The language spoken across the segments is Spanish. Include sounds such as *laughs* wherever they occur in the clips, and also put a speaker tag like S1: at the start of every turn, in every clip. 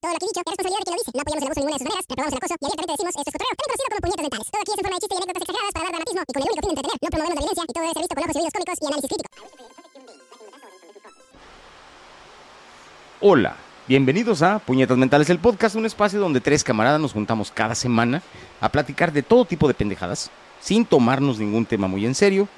S1: Todo lo que he dicho es responsabilidad de quien lo dice. No apoyamos el abuso en ninguna de sus maneras, reprobamos el acoso y abiertamente decimos esto es cotorreo, también conocido como puñetas dentales. Todo aquí es en forma de chiste y anécdotas exageradas para dar dramatismo y con el único fin de entretener. No promovemos la violencia y todo debe ser visto con ojos y oídos cómicos y análisis crítico.
S2: Hola, bienvenidos a Puñetas Mentales, el podcast, un espacio donde tres camaradas nos juntamos cada semana a platicar de todo tipo de pendejadas, sin tomarnos ningún tema muy en serio,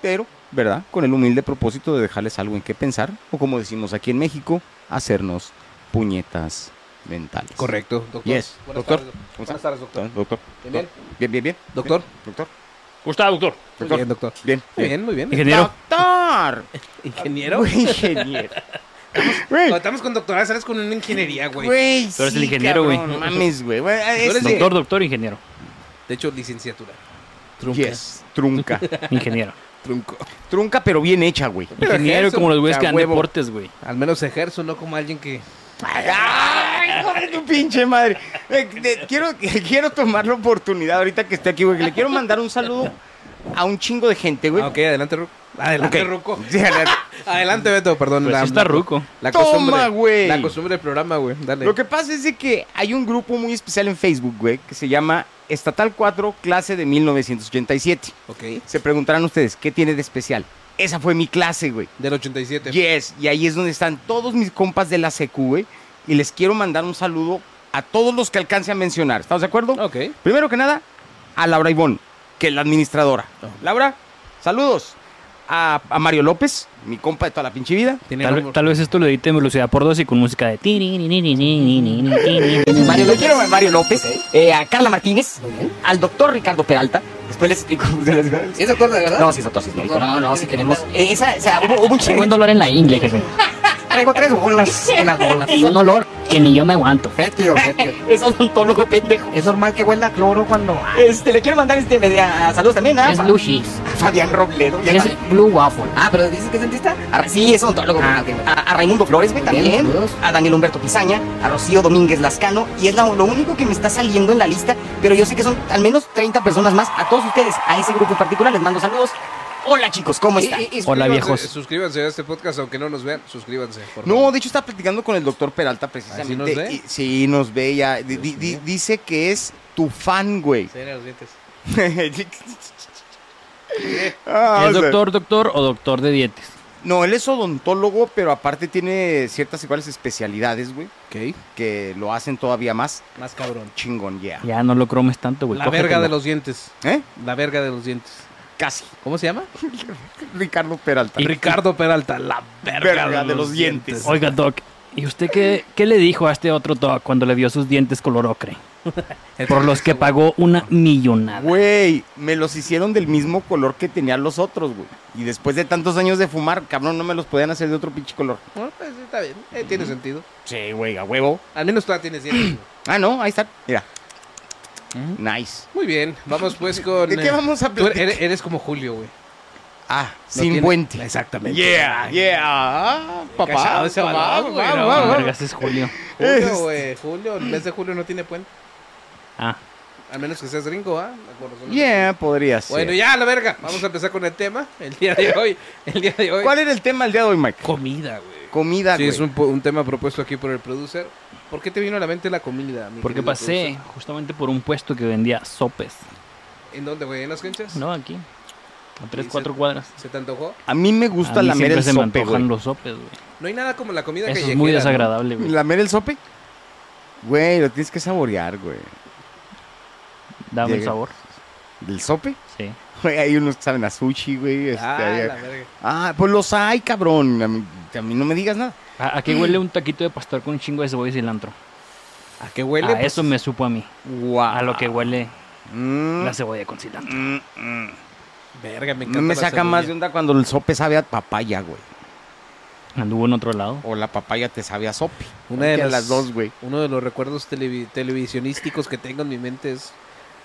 S2: pero, ¿verdad? Con el humilde propósito de dejarles algo en qué pensar, o como decimos aquí en México, hacernos puñetas mentales.
S3: Correcto, doctor.
S2: Pues, Yes,
S3: Buenas
S2: doctor.
S3: Tardes, doc-
S2: ¿Cómo
S3: Buenas
S2: está?
S3: tardes, doctor.
S2: Doctor.
S3: Bien, bien.
S2: Bien, bien, bien.
S3: Doctor.
S2: Bien, Doctor.
S4: ¿Cómo está, doctor?
S3: Muy
S2: Doctor.
S3: bien, doctor.
S2: Bien.
S3: Muy bien, muy bien.
S4: Ingeniero.
S2: Doctor.
S3: ¿Ingeniero?
S2: Güey, ingeniero. Güey,
S3: No, estamos con doctorado, sales con una ingeniería, güey.
S2: güey.
S4: Tú eres el
S2: sí,
S4: ingeniero, güey.
S2: cabrón, No mames, güey. este, Güey, es-
S3: eres
S4: Doctor, doctor, ingeniero.
S3: De hecho, licenciatura.
S2: Yes, *laughs* trunca.
S3: *laughs*
S4: Ingeniero.
S3: Trunco.
S2: Trunca, pero bien hecha, güey.
S3: Pero
S4: Ingeniero
S3: ejerzo,
S4: como los güeyes
S2: a
S4: que dan
S2: huevo.
S4: deportes, güey.
S3: Al menos ejerzo, no como alguien que...
S2: ¡Ay, hijo de tu pinche madre! Eh, eh, Quiero, *laughs* quiero tomar la oportunidad ahorita que esté aquí, güey. que Le quiero mandar un saludo a un chingo de gente, güey.
S3: Ah, ok, adelante, Ruco. Adelante,
S2: Ok.
S3: Ruco.
S2: Sí, a ver.
S3: *laughs* Adelante, Beto, perdón.
S4: Pues
S3: la-
S4: sí está
S3: la-
S4: ruco.
S3: La
S2: Toma,
S3: costumbre,
S2: güey.
S3: La costumbre del programa, güey. Dale.
S2: Lo que pasa es de que hay un grupo muy especial en Facebook, güey, que se llama Estatal 4, clase de 1987.
S3: Ok.
S2: Se preguntarán ustedes, ¿qué tiene de especial? Esa fue mi clase, güey.
S3: Del 87.
S2: Yes, y ahí es donde están todos mis compas de la CQ, güey. Y les quiero mandar un saludo a todos los que alcance a mencionar. ¿Estamos de acuerdo?
S3: Ok.
S2: Primero que nada, a Laura Ivón, que es la administradora. Laura, saludos. A, a Mario López, mi compa de toda la pinche vida.
S3: Tiene
S4: Tal,
S3: nombre.
S4: tal vez esto lo edite en velocidad por dos y con música de...
S5: Mario López. Quiero a Mario López, eh, a Carla Martínez, al doctor Ricardo Peralta. Después les explico.
S6: ¿Es doctor de verdad?
S5: No, sí, es doctor, sí, es médico. No, no, si tenemos. eh, esa, o sea, hubo, hubo un
S6: Tengo
S5: chingo.
S6: un dolor en la ingle, jefe.
S5: Traigo tres *laughs* bolas en las bolas.
S6: Y un olor que ni yo me aguanto.
S5: Fétido, fétido. es odontólogo pendejo.
S6: Es normal que huela a cloro cuando...
S5: Este, le quiero mandar este, eh, a- saludos también a,
S6: Es blue cheese.
S5: a Fabián Robledo. y a-
S6: Es blue waffle.
S5: Ah, pero dices que es dentista.
S2: Pues
S5: A- sí, es odontólogo.
S6: Ah,
S5: güey. a, a Raimundo Flores, güey, también.
S6: saludos.
S5: A Daniel Humberto Pizaña, a Rocío Domínguez Lascano. Y es la- lo único que me está saliendo en la lista. Pero yo sé que son al menos 30 personas más. A todos ustedes, a ese grupo en particular, les mando saludos. Hola, chicos, ¿cómo están?
S6: Y- y- y-
S4: Hola,
S3: Suscríbanse,
S4: viejos.
S3: Suscríbanse a este podcast, aunque no nos vean, suscríbanse. por
S2: No,
S3: favor.
S2: de hecho estaba platicando con el doctor Peralta precisamente.
S3: nos ve?
S2: y- sí, nos ve ya. Di-
S3: Dios
S2: di- di-
S3: mío.
S2: dice que es tu fan, güey.
S3: Se llenan los dientes.
S2: *laughs* Ah, o
S4: ¿Es
S2: sea,
S4: doctor, doctor o doctor de dientes?
S2: No, él es odontólogo, pero aparte tiene ciertas iguales especialidades, güey,
S3: Ok.
S2: que lo hacen todavía más
S3: Más cabrón.
S2: chingón, yeah.
S4: Ya no lo cromes tanto, güey.
S3: La
S4: Cógetelo.
S3: verga de los dientes.
S2: ¿Eh?
S3: La verga de los dientes.
S2: Casi.
S3: ¿Cómo se llama?
S2: Ricardo Peralta.
S3: Ricardo Peralta. La verga,
S2: Verga de los dientes.
S4: Oiga, doc. ¿Y usted qué, qué le dijo a este otro doc cuando le vio sus dientes color ocre? Por los que pagó una millonada.
S2: Güey, me los hicieron del mismo color que tenían los otros, güey. Y después de tantos años de fumar, cabrón, no me los podían hacer de otro pinche color.
S3: Bueno, pues está bien. eh, tiene sentido.
S2: Sí, güey, a huevo.
S3: Al menos tú la tienes
S2: *clears throat*
S3: dientes. güey.
S2: Ah, no, ahí está. Mira. Nice.
S3: Muy bien. Vamos pues con...
S2: ¿De qué
S3: eh,
S2: vamos a
S3: Tú
S2: platicar?
S3: eres, eres como Julio, güey.
S2: Ah,
S3: No
S2: sin
S3: tiene-
S2: puente.
S3: Exactamente.
S2: Yeah, yeah. Ah, papá,
S3: Casado ese
S2: papá,
S3: balón, güey,
S2: papá,
S3: no,
S2: papá.
S4: Ah, vergas, es Julio.
S3: Julio, güey. Julio, el mes de julio no tiene puente.
S4: Ah,
S3: Al menos que seas gringo, ¿ah? Con razón.
S2: Yeah, podría ser.
S3: Bueno, ya, la verga. Vamos a empezar con el tema. El día de hoy. El día de hoy.
S2: ¿Cuál era el tema el día de hoy, Mike?
S3: Comida, güey.
S2: Comida,
S3: Sí,
S2: güey.
S3: es un, po- un tema propuesto aquí por el producer. ¿Por qué te vino a la mente la comida, mi
S4: porque
S3: querido
S4: pasé
S3: producer?
S4: justamente por un puesto que vendía sopes.
S3: ¿En dónde, güey? ¿En las canchas?
S4: No, aquí. A tres,
S3: Sí,
S4: cuatro
S3: sí.
S4: cuadras.
S3: ¿Se te antojó?
S2: A mí me gusta
S4: a mí
S2: lamer
S4: siempre
S2: el
S4: se me
S2: sope,
S4: antojan
S2: güey.
S4: los sopes, güey.
S3: No hay nada como la comida que
S4: Eso es muy desagradable, güey.
S2: ¿Lamer el sope? Güey, lo tienes que saborear, güey.
S4: Dame el
S2: Llega.
S4: sabor.
S2: ¿Del sope? *laughs*
S4: Sí.
S2: Güey, hay unos que saben a sushi, güey. este,
S3: Ah,
S2: hay-
S3: la verga.
S2: Ah, pues los hay, cabrón. A mí, a mí no me digas nada.
S4: ¿A, a
S3: Mm.
S4: qué huele un taquito de pastor con un chingo de cebolla y cilantro?
S3: ¿A qué huele?
S4: A
S3: Pues,
S4: Ah, eso me supo a mí. A lo que huele
S3: Ah.
S2: Mm,
S4: la cebolla con cilantro.
S2: mm, mm.
S3: Verga, me encanta
S2: No me
S3: la
S2: saca más de
S3: cebolla.
S2: onda cuando el sope sabe a papaya, güey.
S4: Anduvo en otro lado.
S2: O la papaya te sabe a sope.
S3: Una de
S2: Cualquiera
S3: las,
S2: las dos, güey.
S3: Uno de los recuerdos televi- televisionísticos que tengo en mi mente es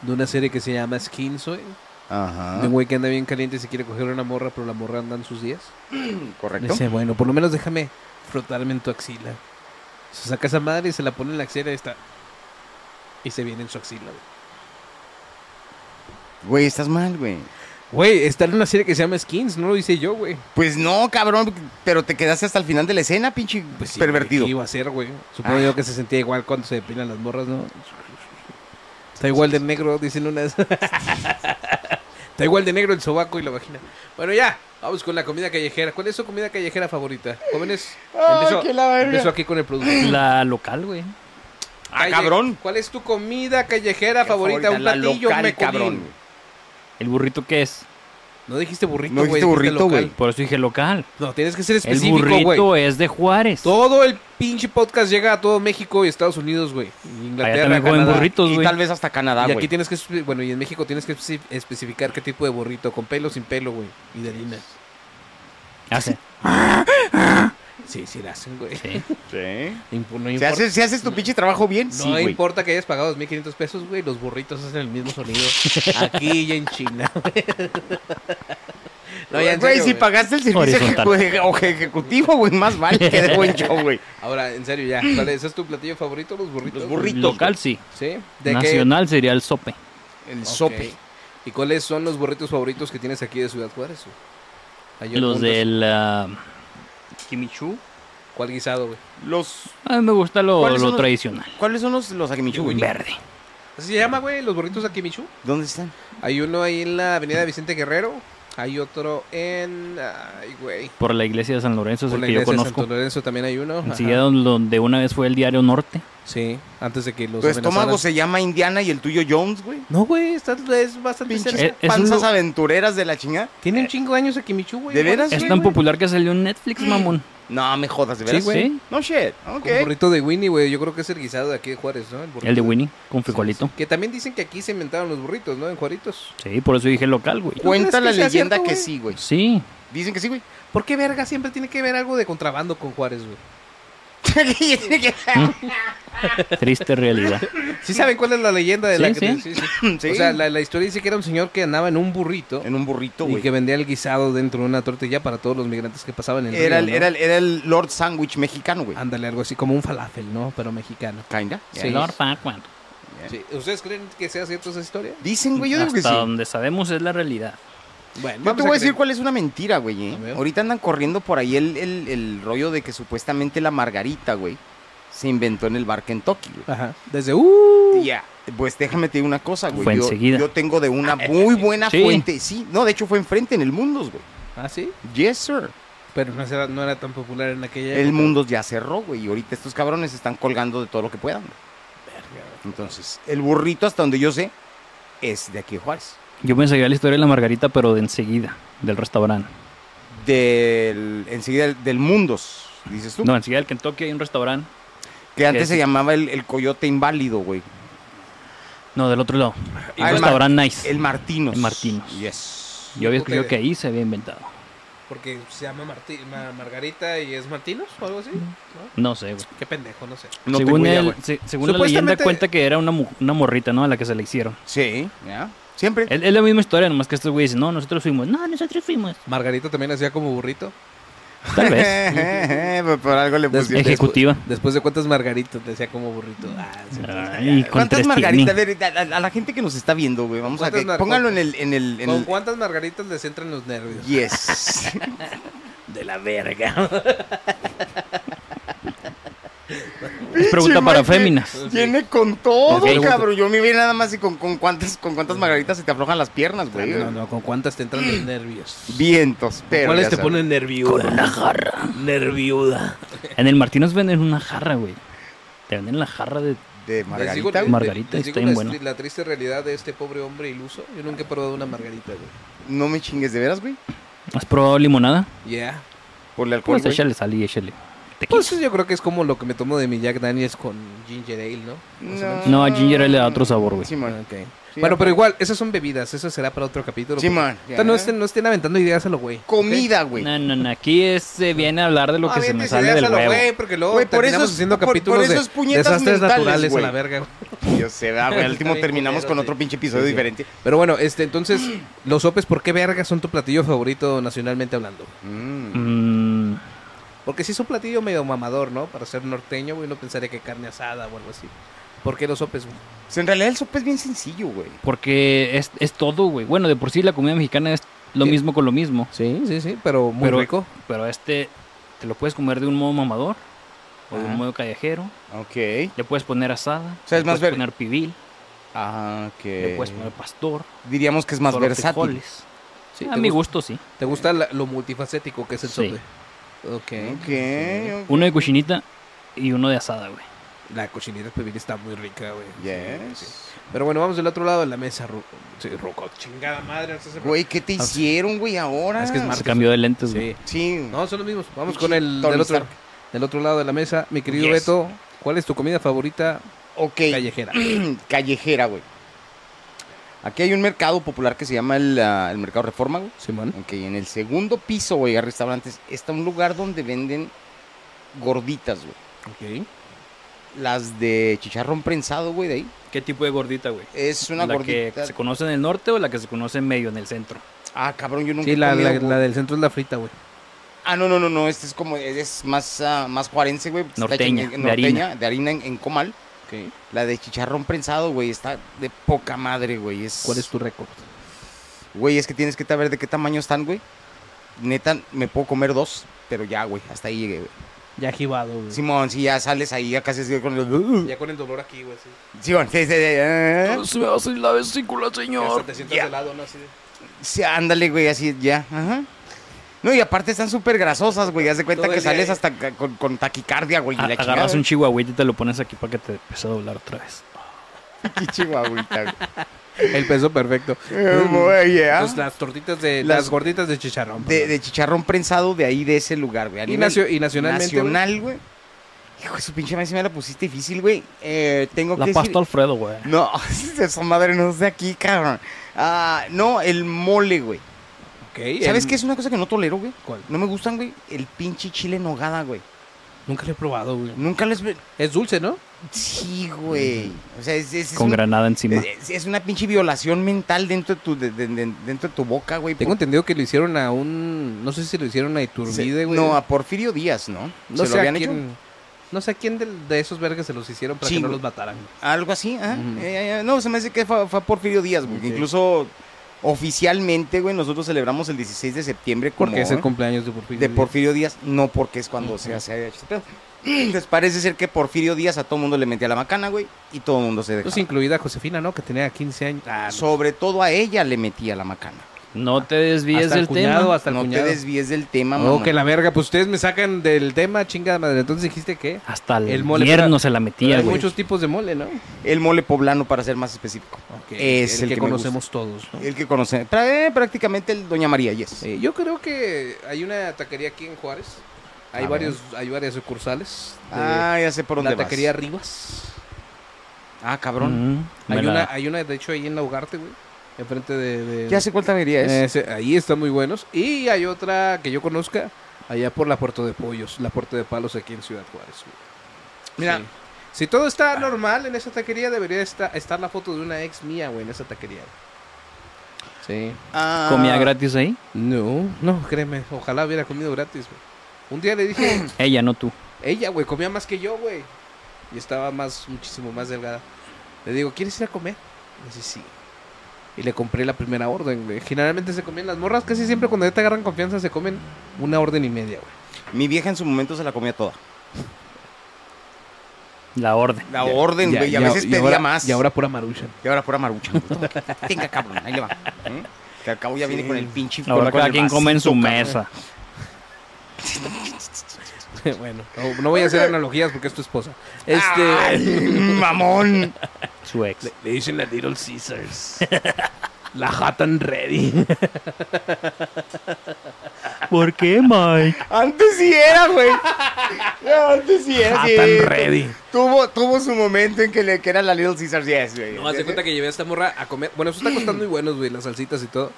S3: de una serie que se llama Skins, güey.
S2: Ajá.
S3: De un güey que anda bien caliente y se quiere coger una morra, pero la morra anda en sus días. Le
S2: Correcto.
S3: dice, bueno, por lo menos déjame frotarme en tu axila. Se saca esa madre y se la pone en la axila y está. Y se viene en su axila, güey.
S2: Güey, estás mal, güey.
S3: Güey, está en una serie que se llama Skins, no lo hice yo, güey.
S2: Pues no, cabrón, pero te quedaste hasta el final de la escena, pinche
S3: Pues sí,
S2: pervertido.
S3: ¿Qué iba a ser, güey? Supongo
S2: Ah.
S3: yo que se sentía igual cuando se depilan las morras, ¿no? Está igual de negro, dicen unas. *laughs* Está igual de negro el sobaco y la vagina. Bueno, ya, vamos con la comida callejera. ¿Cuál es su comida callejera favorita? Jóvenes, empezó, empezó aquí con el producto.
S4: La local, güey.
S2: Ah, cabrón.
S3: ¿Cuál es tu comida callejera favorita? Un
S2: la
S3: platillo
S2: local,
S3: mecudín.
S2: cabrón.
S4: ¿El burrito qué es?
S3: No dijiste burrito,
S2: No
S3: güey.
S2: dijiste burrito,
S3: local.
S2: güey.
S4: Por eso dije local.
S3: No, tienes que ser
S4: El
S3: específico, güey.
S4: burrito es de Juárez.
S3: Todo el pinche podcast llega a todo México y Estados Unidos, güey. Y
S4: Allá
S3: Inglaterra,
S4: también comen
S3: Canadá.
S4: burritos,
S2: Y
S4: güey.
S2: tal vez hasta Canadá,
S3: y aquí
S2: Ah, güey.
S3: tienes que, espe- bueno, y en México tienes que espe- especificar qué tipo de burrito, con pelo, sin pelo, güey, y de harina.
S4: Hace.
S3: Sí, sí, la hacen, güey.
S4: Sí.
S2: Sí.
S3: Impo- no
S2: Si
S3: importa,
S2: haces, si haces tu pinche trabajo bien,
S3: no
S2: sí, güey.
S3: importa que hayas pagado 2.500 pesos, güey, los burritos hacen el
S2: *laughs*
S3: mismo sonido aquí y en China. güey. no, ya en
S2: Güey,
S3: serio,
S2: si
S3: güey.
S2: pagaste el servicio *laughs*
S4: Horizontal.
S2: ejecu- o que ejecutivo, güey, más vale que de buen show, güey.
S3: Ahora,
S2: *clears throat*
S3: en serio, ya. ¿Cuál es? ¿Es tu platillo favorito, los burritos?
S2: Los
S3: güey?
S2: burritos.
S4: Local sí.
S3: ¿Sí? ¿De qué?
S4: Nacional sería el sope.
S2: El
S3: Ok.
S2: sope.
S3: ¿Y cuáles son los burritos favoritos que tienes aquí de Ciudad Juárez? güey? Hay
S4: Los
S3: algunos.
S4: del ah, Kimichu.
S3: ¿Cuál guisado, güey?
S2: Los,
S4: A mí me gusta lo,
S2: ¿Cuáles son
S4: lo
S2: los-
S4: tradicional.
S2: ¿Cuáles son los, los aguimichú, güey?
S4: Verde.
S3: ¿Así se llama, güey? ¿Los burritos aquí, Michu?
S2: ¿Dónde están?
S3: Hay uno ahí en la avenida Vicente Guerrero. Hay otro en... Ay, güey.
S4: Por la iglesia de San Lorenzo es
S3: Por
S4: el
S3: la
S4: que yo
S3: iglesia de Santo
S4: conozco.
S3: Lorenzo también hay uno. Ajá.
S4: Enseguida donde una vez fue el diario Norte.
S3: Sí, antes de que los
S2: Tu estómago
S3: amenazaran.
S2: se llama Indiana y el tuyo Jones, güey.
S3: No, güey, está- es bastante
S2: Pinches
S3: cerca.
S4: Es- es un
S2: panzas
S4: lu-
S2: aventureras de la chingada.
S3: Tiene un chingo eh, de años aquí, Michu, güey.
S2: ¿De
S3: igual.
S2: veras? Ah,
S4: Es
S2: güey,
S4: tan
S2: güey.
S4: popular que salió en Netflix, mamón.
S2: No, me jodas, de
S3: Sí,
S2: veras.
S3: güey.
S4: Sí.
S2: No shit. Ok.
S3: Un burrito de Winnie, güey. Yo creo que es el guisado de aquí de Juárez, ¿no? El, burrito
S4: El de Winnie, con frijolito.
S3: Que también dicen que aquí se inventaron los burritos, ¿no? En Juaritos.
S4: Sí, por eso dije local, güey.
S3: Güey.
S2: Cuenta
S3: crees
S2: la
S3: que sea
S2: leyenda
S3: cierto,
S2: que
S3: güey?
S2: sí, güey.
S4: Sí.
S2: Dicen que sí, güey. *laughs*
S3: ¿Por qué verga siempre tiene que ver algo de contrabando con Juárez, güey?
S4: Triste realidad.
S3: ¿Sí saben cuál es la leyenda de la
S4: Sí,
S3: que...
S4: sí.
S2: Sí.
S3: *laughs* O sea, la, la historia dice que era un señor que andaba en un burrito
S2: *laughs* En un burrito,
S3: y
S2: güey.
S3: que vendía el guisado dentro de una tortilla para todos los migrantes que pasaban en el
S2: Era, el-
S3: río, ¿no?
S2: era, el- era el Lord Sandwich mexicano, güey.
S3: Ándale, algo así, como un falafel, ¿no? Pero mexicano.
S2: Kinda.
S3: *laughs* Sí.
S2: Yeah.
S4: Lord Farquaad.
S3: Sí. ¿Ustedes creen que sea cierto esa historia?
S2: Dicen, Pues, güey, yo digo
S4: Hasta
S2: que sí.
S4: donde sabemos es la realidad.
S3: Bueno,
S2: Yo te voy a decir cuál es una mentira, güey. ¿eh?
S3: A ver.
S2: Ahorita andan corriendo por ahí el, el- el rollo de que supuestamente la margarita, güey, se inventó en el bar Kentucky, güey.
S3: Ajá. Desde... ¡Uh!
S2: Ya, Pues déjame te digo una cosa, güey.
S4: Fue
S2: yo,
S4: enseguida.
S2: yo tengo de una muy buena
S4: Sí.
S2: fuente. Sí, no, de hecho fue enfrente en el Mundos, güey.
S3: ¿Ah, sí?
S2: Yes, sir.
S3: Pero no era, no era tan popular en aquella
S2: El
S3: época.
S2: Mundos ya cerró, güey. Y ahorita estos cabrones se están colgando de todo lo que puedan. güey. Entonces, el burrito, hasta donde yo sé, es de aquí de Juárez.
S4: Yo me seguía la historia de la margarita, pero de enseguida, del restaurante.
S2: Del, enseguida del, del Mundos, dices tú.
S4: No, enseguida del Kentucky hay un restaurante.
S2: que antes
S4: es-
S2: se llamaba el, el coyote inválido, güey.
S4: No, del otro lado. Un
S2: Ah, el
S4: restaurante nice.
S2: El Martinos.
S4: El Martinos.
S2: Yes.
S4: Yo había
S3: Ok.
S4: escuchado que ahí se había inventado.
S3: Porque se llama Marti- Ma- Margarita y es Martinos o algo así. ¿no?
S4: No sé, güey.
S3: Qué pendejo, no sé.
S2: No
S4: según
S2: tengo idea,
S4: él-
S2: güey.
S4: se- según la leyenda
S3: Supuestamente-
S4: cuenta que era una, mu- una morrita, ¿no? A la que se le hicieron.
S2: Sí, ya. Siempre.
S4: Es, es la misma historia, nomás que estos güeyes dicen, no, nosotros fuimos. No, nosotros fuimos.
S3: Margarita también hacía como burrito.
S4: Tal
S2: *laughs*
S4: vez.
S2: Por Pues por algo
S3: *laughs*
S2: le
S3: Des-
S2: pusieron.
S4: Eje- Ejecutiva.
S3: Pues, Después, después de cuántas margaritas le hacía como burrito. Ah, sí.
S4: *laughs* Ay, con
S2: ¿Cuántas
S4: tres
S2: margaritas? A,
S4: tiene.
S2: ver, a- a- a la gente que nos está viendo, güey, vamos a
S3: ¿Cuántas
S2: que
S3: mar-
S2: pónganlo en el en el en
S3: ¿Con
S2: el-
S3: cuántas margaritas les entran los nervios?
S2: yes.
S3: *laughs* De la verga.
S4: *laughs* Es pregunta
S2: Che,
S4: para
S2: Mike,
S4: féminas.
S2: Viene con todo,
S4: Sí.
S2: cabrón. Yo me vi nada más y con, con cuántas con cuántas margaritas se te aflojan las piernas, güey.
S3: Ah, No, no, ¿con cuántas te entran los nervios?
S2: Vientos, pero
S3: ¿Cuáles
S2: ya
S3: te
S2: sabes.
S3: ponen nerviuda? Con una jarra. Nerviuda.
S4: En el Martínez venden una jarra, güey. Te venden la jarra de...
S2: de
S3: Les digo-
S2: margarita.
S3: les-
S2: güey.
S4: Margarita,
S3: les digo
S4: está bien
S3: la
S4: buena.
S3: tri- La triste realidad de este pobre hombre iluso. Yo nunca he probado una margarita, güey.
S2: No me chingues de veras, güey.
S4: ¿Has probado limonada?
S3: Yeah.
S2: Por el alcohol,
S4: Pues
S2: güey.
S4: échale sal y échale. Te
S3: Pues
S4: quiso.
S3: yo creo que es como lo que me tomo de mi Jack Daniels con ginger ale, ¿no? Más o menos.
S4: No, a ginger ale le da otro sabor, güey.
S2: Simón.
S3: Ok.
S2: Sí,
S3: bueno,
S2: ya.
S3: pero igual, esas son bebidas, eso será para otro capítulo.
S2: Sí,
S3: porque-
S2: man,
S3: O sea, no,
S2: ya.
S3: estén, no estén aventando ideas a lo güey. Ah, ¿ok?
S2: Comida, güey.
S4: No, no, no. Aquí es, se viene a hablar de lo que se me
S3: Avientes
S4: sale
S3: ideas
S4: del
S3: a lo
S4: huevo.
S3: güey, porque luego
S2: Güey, por
S3: terminamos
S2: esos-
S3: haciendo
S2: por- por
S3: capítulos de
S2: esos puñetas
S3: desastres
S2: mentales,
S3: naturales
S2: güey.
S3: a la verga. güey.
S2: Yo sé, da, güey. Al último
S3: Está bien
S2: terminamos
S3: culero,
S2: con
S3: *laughs* sí.
S2: otro pinche episodio
S3: Sí, sí.
S2: diferente.
S3: Pero bueno, este, entonces, los sopes, ¿por qué verga son tu platillo favorito nacionalmente hablando?
S2: Mm.
S4: Mm,
S3: Porque si es un platillo medio mamador, ¿no? Para ser norteño, güey, no pensaría que carne asada o algo así. ¿Por qué los sopes, güey?
S2: Pues, en realidad el sope es bien sencillo, güey.
S4: Porque es, es todo, güey. Bueno, de por sí la comida mexicana es lo
S3: Sí.
S4: mismo con lo mismo.
S3: Sí, sí, sí, pero muy
S4: Pero-
S3: rico.
S4: Pero este te lo puedes comer de un modo mamador o de
S2: Ajá.
S4: un modo callejero.
S2: Ok.
S4: Le puedes poner asada.
S2: sea, es
S4: le
S2: más
S4: puedes
S2: ver-
S4: poner pibil.
S2: Ah, ok.
S4: Le puedes poner pastor.
S2: Diríamos que es más
S4: solo
S2: versátil.
S4: frijoles.
S3: Sí,
S4: a
S3: te
S4: mi
S3: gusta-
S4: gusto, sí.
S3: ¿Te gusta la- lo multifacético que es el
S4: Sí.
S3: sope? Ok.
S2: Ok.
S4: Uno de cochinita y uno de asada, güey.
S3: La cochinita pibil está muy rica, güey. Sí, sí.
S2: Yes.
S3: Pero bueno, vamos del otro lado de la mesa, Ru sí, Ruco. Chingada madre. no seas-
S2: Güey, ¿qué te hicieron, güey, ahora?
S3: Es que es
S4: Se
S3: martes.
S4: cambió de lentes, güey.
S3: Sí.
S2: Sí.
S3: No, son los mismos. Vamos
S2: Pinche
S3: con el
S2: Tony
S3: del otro,
S2: Stark.
S3: del otro lado de la mesa. Mi querido
S4: Yes.
S3: Beto, ¿cuál es tu comida favorita
S2: Ok.
S3: callejera?
S2: Callejera, güey. Aquí hay un mercado popular que se llama el, ah, el Mercado Reforma, güey.
S3: Simón.
S2: Ok, en el segundo piso, güey, a restaurantes, está un lugar donde venden gorditas, güey.
S3: Ok.
S2: Las de chicharrón prensado, güey, de ahí.
S4: ¿Qué tipo de gordita, güey?
S2: Es una
S4: ¿La
S2: gordita.
S4: que se conoce en el norte o la que se conoce en medio, en el centro?
S2: Ah, cabrón, yo nunca
S3: Sí,
S2: he
S3: la,
S2: comido,
S3: la,
S2: güey.
S3: la del centro es la frita, güey.
S2: Ah, no, no, no, no, este es como, es más, ah, más juarense, güey. Está hecha en-
S4: Norteña,
S2: en
S4: de harina.
S2: de harina en, en comal.
S3: Ok.
S2: La de chicharrón prensado, güey, está de poca madre, güey. Es,
S3: ¿Cuál es tu récord?
S2: Güey, es que tienes que saber de qué tamaño están, güey. Neta, me puedo comer dos, pero ya, güey, hasta ahí llegué, güey.
S3: Ya jibado, güey.
S2: Simón, si ya sales ahí, ya casi así con los...
S3: Ya con el dolor aquí, güey. Sí.
S2: Simón, sí, sí, sí, eh.
S4: Se me va a salir la vesícula,
S3: Hasta te sientas
S2: ya.
S3: de lado, ¿no? Así de-
S2: Sí, ándale, güey, así, ya, ajá. No, y aparte están súper grasosas, güey. Haz de cuenta
S3: Todo
S2: que
S3: el día
S2: sales
S3: ahí.
S2: hasta ca- con, con taquicardia, güey. y la chingada,
S4: Agarras
S2: güey. *laughs*
S4: un chihuahuita y te lo pones aquí para que te empiece a doblar otra vez.
S2: Qué chihuahuita,
S3: *laughs*
S2: güey.
S3: El peso perfecto.
S2: *laughs* Eh, güey, ya.
S3: Entonces, las tortitas de. Las,
S2: Las-
S3: gorditas de chicharrón.
S2: de,
S3: perdón.
S2: de chicharrón prensado de ahí, de ese lugar, güey. A
S3: y,
S2: nivel
S3: nacio- y nacionalmente. güey.
S2: nacional, güey. Hijo de su pinche madre, si me la pusiste difícil, güey. Eh, tengo
S4: La
S2: que
S4: pasta
S2: decir...
S4: Alfredo, güey.
S2: No, *laughs* esa madre no es de aquí, cabrón. Ah, no, el mole, güey.
S3: Ok,
S2: ¿Sabes
S3: el-
S2: qué es una cosa que no tolero, güey?
S3: ¿Cuál?
S2: No me gustan, güey. El pinche chile en nogada, güey.
S3: Nunca lo he probado, güey.
S2: Nunca les... ve-
S3: Es dulce, ¿no?
S2: Sí, güey.
S3: Mm.
S2: O sea, es... es- es
S4: Con
S2: un-
S4: granada encima.
S2: es- es una pinche violación mental dentro de tu, de- de- de- dentro de tu boca, güey.
S3: Tengo
S2: por-
S3: entendido que lo hicieron a un. No sé si lo hicieron a Iturbide,
S2: se-
S3: güey.
S2: No, a Porfirio Díaz, ¿no?
S3: no
S2: ¿Se
S3: sé
S2: lo
S3: a
S2: habían hecho?
S3: quién. No sé a quién del- de, esos vergas se los hicieron para
S2: Sí,
S3: que no
S2: güey.
S3: los mataran.
S2: Algo así, ajá.
S3: Ujú.
S2: Eh, eh, no, se me hace que fue, fue a Porfirio Díaz, güey.
S3: Ok.
S2: Incluso oficialmente, güey, nosotros celebramos el 16 de septiembre como,
S3: Porque es el cumpleaños de Porfirio.
S2: de
S3: Díaz.
S2: Porfirio Díaz, no porque es cuando se hace este pedo. Entonces parece ser que Porfirio Díaz a todo mundo le metía la macana, güey, y todo el mundo se dejaba.
S3: Entonces, incluida Josefina, ¿no? Que tenía 15 años. Ah, no.
S2: Sobre todo a ella le metía la macana.
S4: No te desvíes
S3: hasta el
S4: del
S3: cuñado,
S4: tema.
S3: hasta el
S2: no
S3: cuñado.
S2: te desvíes del tema,
S3: Oh,
S2: mamón.
S3: que la verga, pues ustedes me sacan del tema, chingada madre. Entonces dijiste que
S4: Hasta el,
S3: El mole
S4: invierno
S3: para-
S4: se la metía,
S3: hay
S4: güey.
S3: muchos tipos de mole, ¿no?
S2: El mole poblano, para ser más específico. Es
S3: el,
S2: el
S3: que,
S2: que me
S3: conocemos todos, ¿no?
S2: El que conoce. pra- eh, prácticamente el Doña María, yes.
S3: Eh, yo creo que hay una taquería aquí en Juárez. Hay
S2: A
S3: varios, hay varias sucursales. de
S2: Ah, ya sé por dónde
S3: la
S2: vas.
S3: taquería Rivas.
S2: Ah, cabrón.
S4: Ujú, me
S3: Hay
S4: la-
S3: una, hay una, de hecho, ahí en la Ugarte, güey. Enfrente de. de-
S2: Ya sé cuál taquería es.
S3: Eh, se- ahí están muy buenos. Y hay otra que yo conozca. Allá por la Puerto de Pollos, la Puerto de Palos aquí en Ciudad Juárez. güey.
S2: Mira,
S3: Sí. Ah. Si todo está normal en esa taquería, debería esta- estar la foto de una ex mía, güey, en esa taquería. Sí.
S2: ah,
S4: ¿Comía gratis ahí?
S3: No, no, créeme. Ojalá hubiera comido gratis, güey. Un día le *clears throat* dije,
S4: Ella, no tú.
S3: ella, güey, comía más que yo, güey. Y estaba más, muchísimo más delgada. Le digo, ¿quieres ir a comer? Me dice, sí. Y le compré la primera orden, güey. Generalmente se comían las morras, casi siempre cuando ya te agarran confianza se comen una orden y media, güey.
S2: Mi vieja en su momento se la comía toda.
S4: La orden.
S2: La orden, güey. Y a veces pedía
S3: ahora-
S2: más.
S3: Y ahora pura
S2: *laughs*
S3: marucha.
S2: Y ahora pura marucha. güey. Toma, Tenga, cabrón. Ahí le va. ¿Eh? Que al cabo ya viene con el pinche...
S4: Ahora
S2: con- con
S4: cada
S2: el
S4: quien come en
S2: vasito,
S4: su
S2: cabrón.
S4: mesa.
S3: *laughs* bueno, no, no voy a hacer analogías porque es tu esposa. Este.
S2: *laughs* Ay,
S3: *laughs*
S2: mamón.
S4: Su ex.
S3: le dicen la Little Caesars. la Hot and Ready.
S4: ¿Por qué, Mike?
S2: Antes sí era, güey. Antes sí era, sí.
S3: Hot and Ready.
S2: Tuvo, tuvo su momento en que, le, que era la Little Caesar Yes, güey.
S3: No, haz de cuenta que llevé a esta morra a comer. Bueno, esos tacos están muy buenos, güey, las salsitas y todo.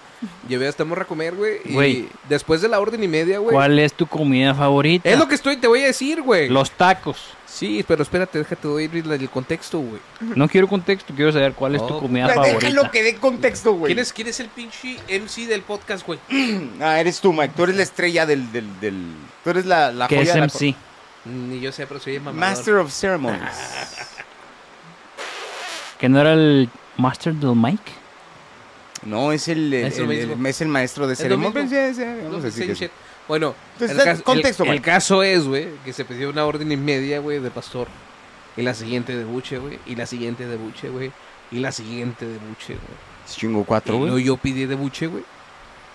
S3: Llevé a esta morra a comer, güey. Y
S4: Güey.
S3: después de la orden y media, güey.
S4: *laughs* ¿Cuál es tu comida favorita?
S3: Es lo que estoy, te voy a decir, güey.
S4: Los tacos.
S3: Sí, pero espérate, déjate doy la- el contexto, güey.
S4: No quiero contexto, quiero saber cuál es tu
S3: Oh,
S4: comida
S2: Pero Déjalo
S4: favorita.
S2: que dé contexto, güey.
S3: ¿Quién es, ¿Quién es el pinche MC del podcast, güey?
S2: Ah, eres tú, Mike. Tú eres la estrella del... del, del... Tú eres la, la
S4: Que
S2: joya
S4: es
S2: de la
S4: MC.
S3: Ni yo Mm, sé, pero soy el
S2: co-
S3: mamador.
S2: Master of Ceremonies.
S4: Que no era el Master del Mike.
S2: No, es el, el-
S3: Es lo
S2: el- el-
S3: mismo.
S2: es el maestro de
S3: Es lo mismo.
S2: ceremonias. ya, ya, vamos a decir
S3: Same
S2: que sí.
S3: shit. Bueno,
S2: Entonces,
S3: el,
S2: da-
S3: caso,
S2: contexto,
S3: el, el
S2: Mike.
S3: caso es, güey, que se pidió una orden y media, güey, de pastor. Y la siguiente de buche, güey. Y la siguiente de buche, güey. Y la siguiente de buche, güey.
S2: Chingo cuatro,
S3: Y no
S2: güey.
S3: yo pidí de buche, güey.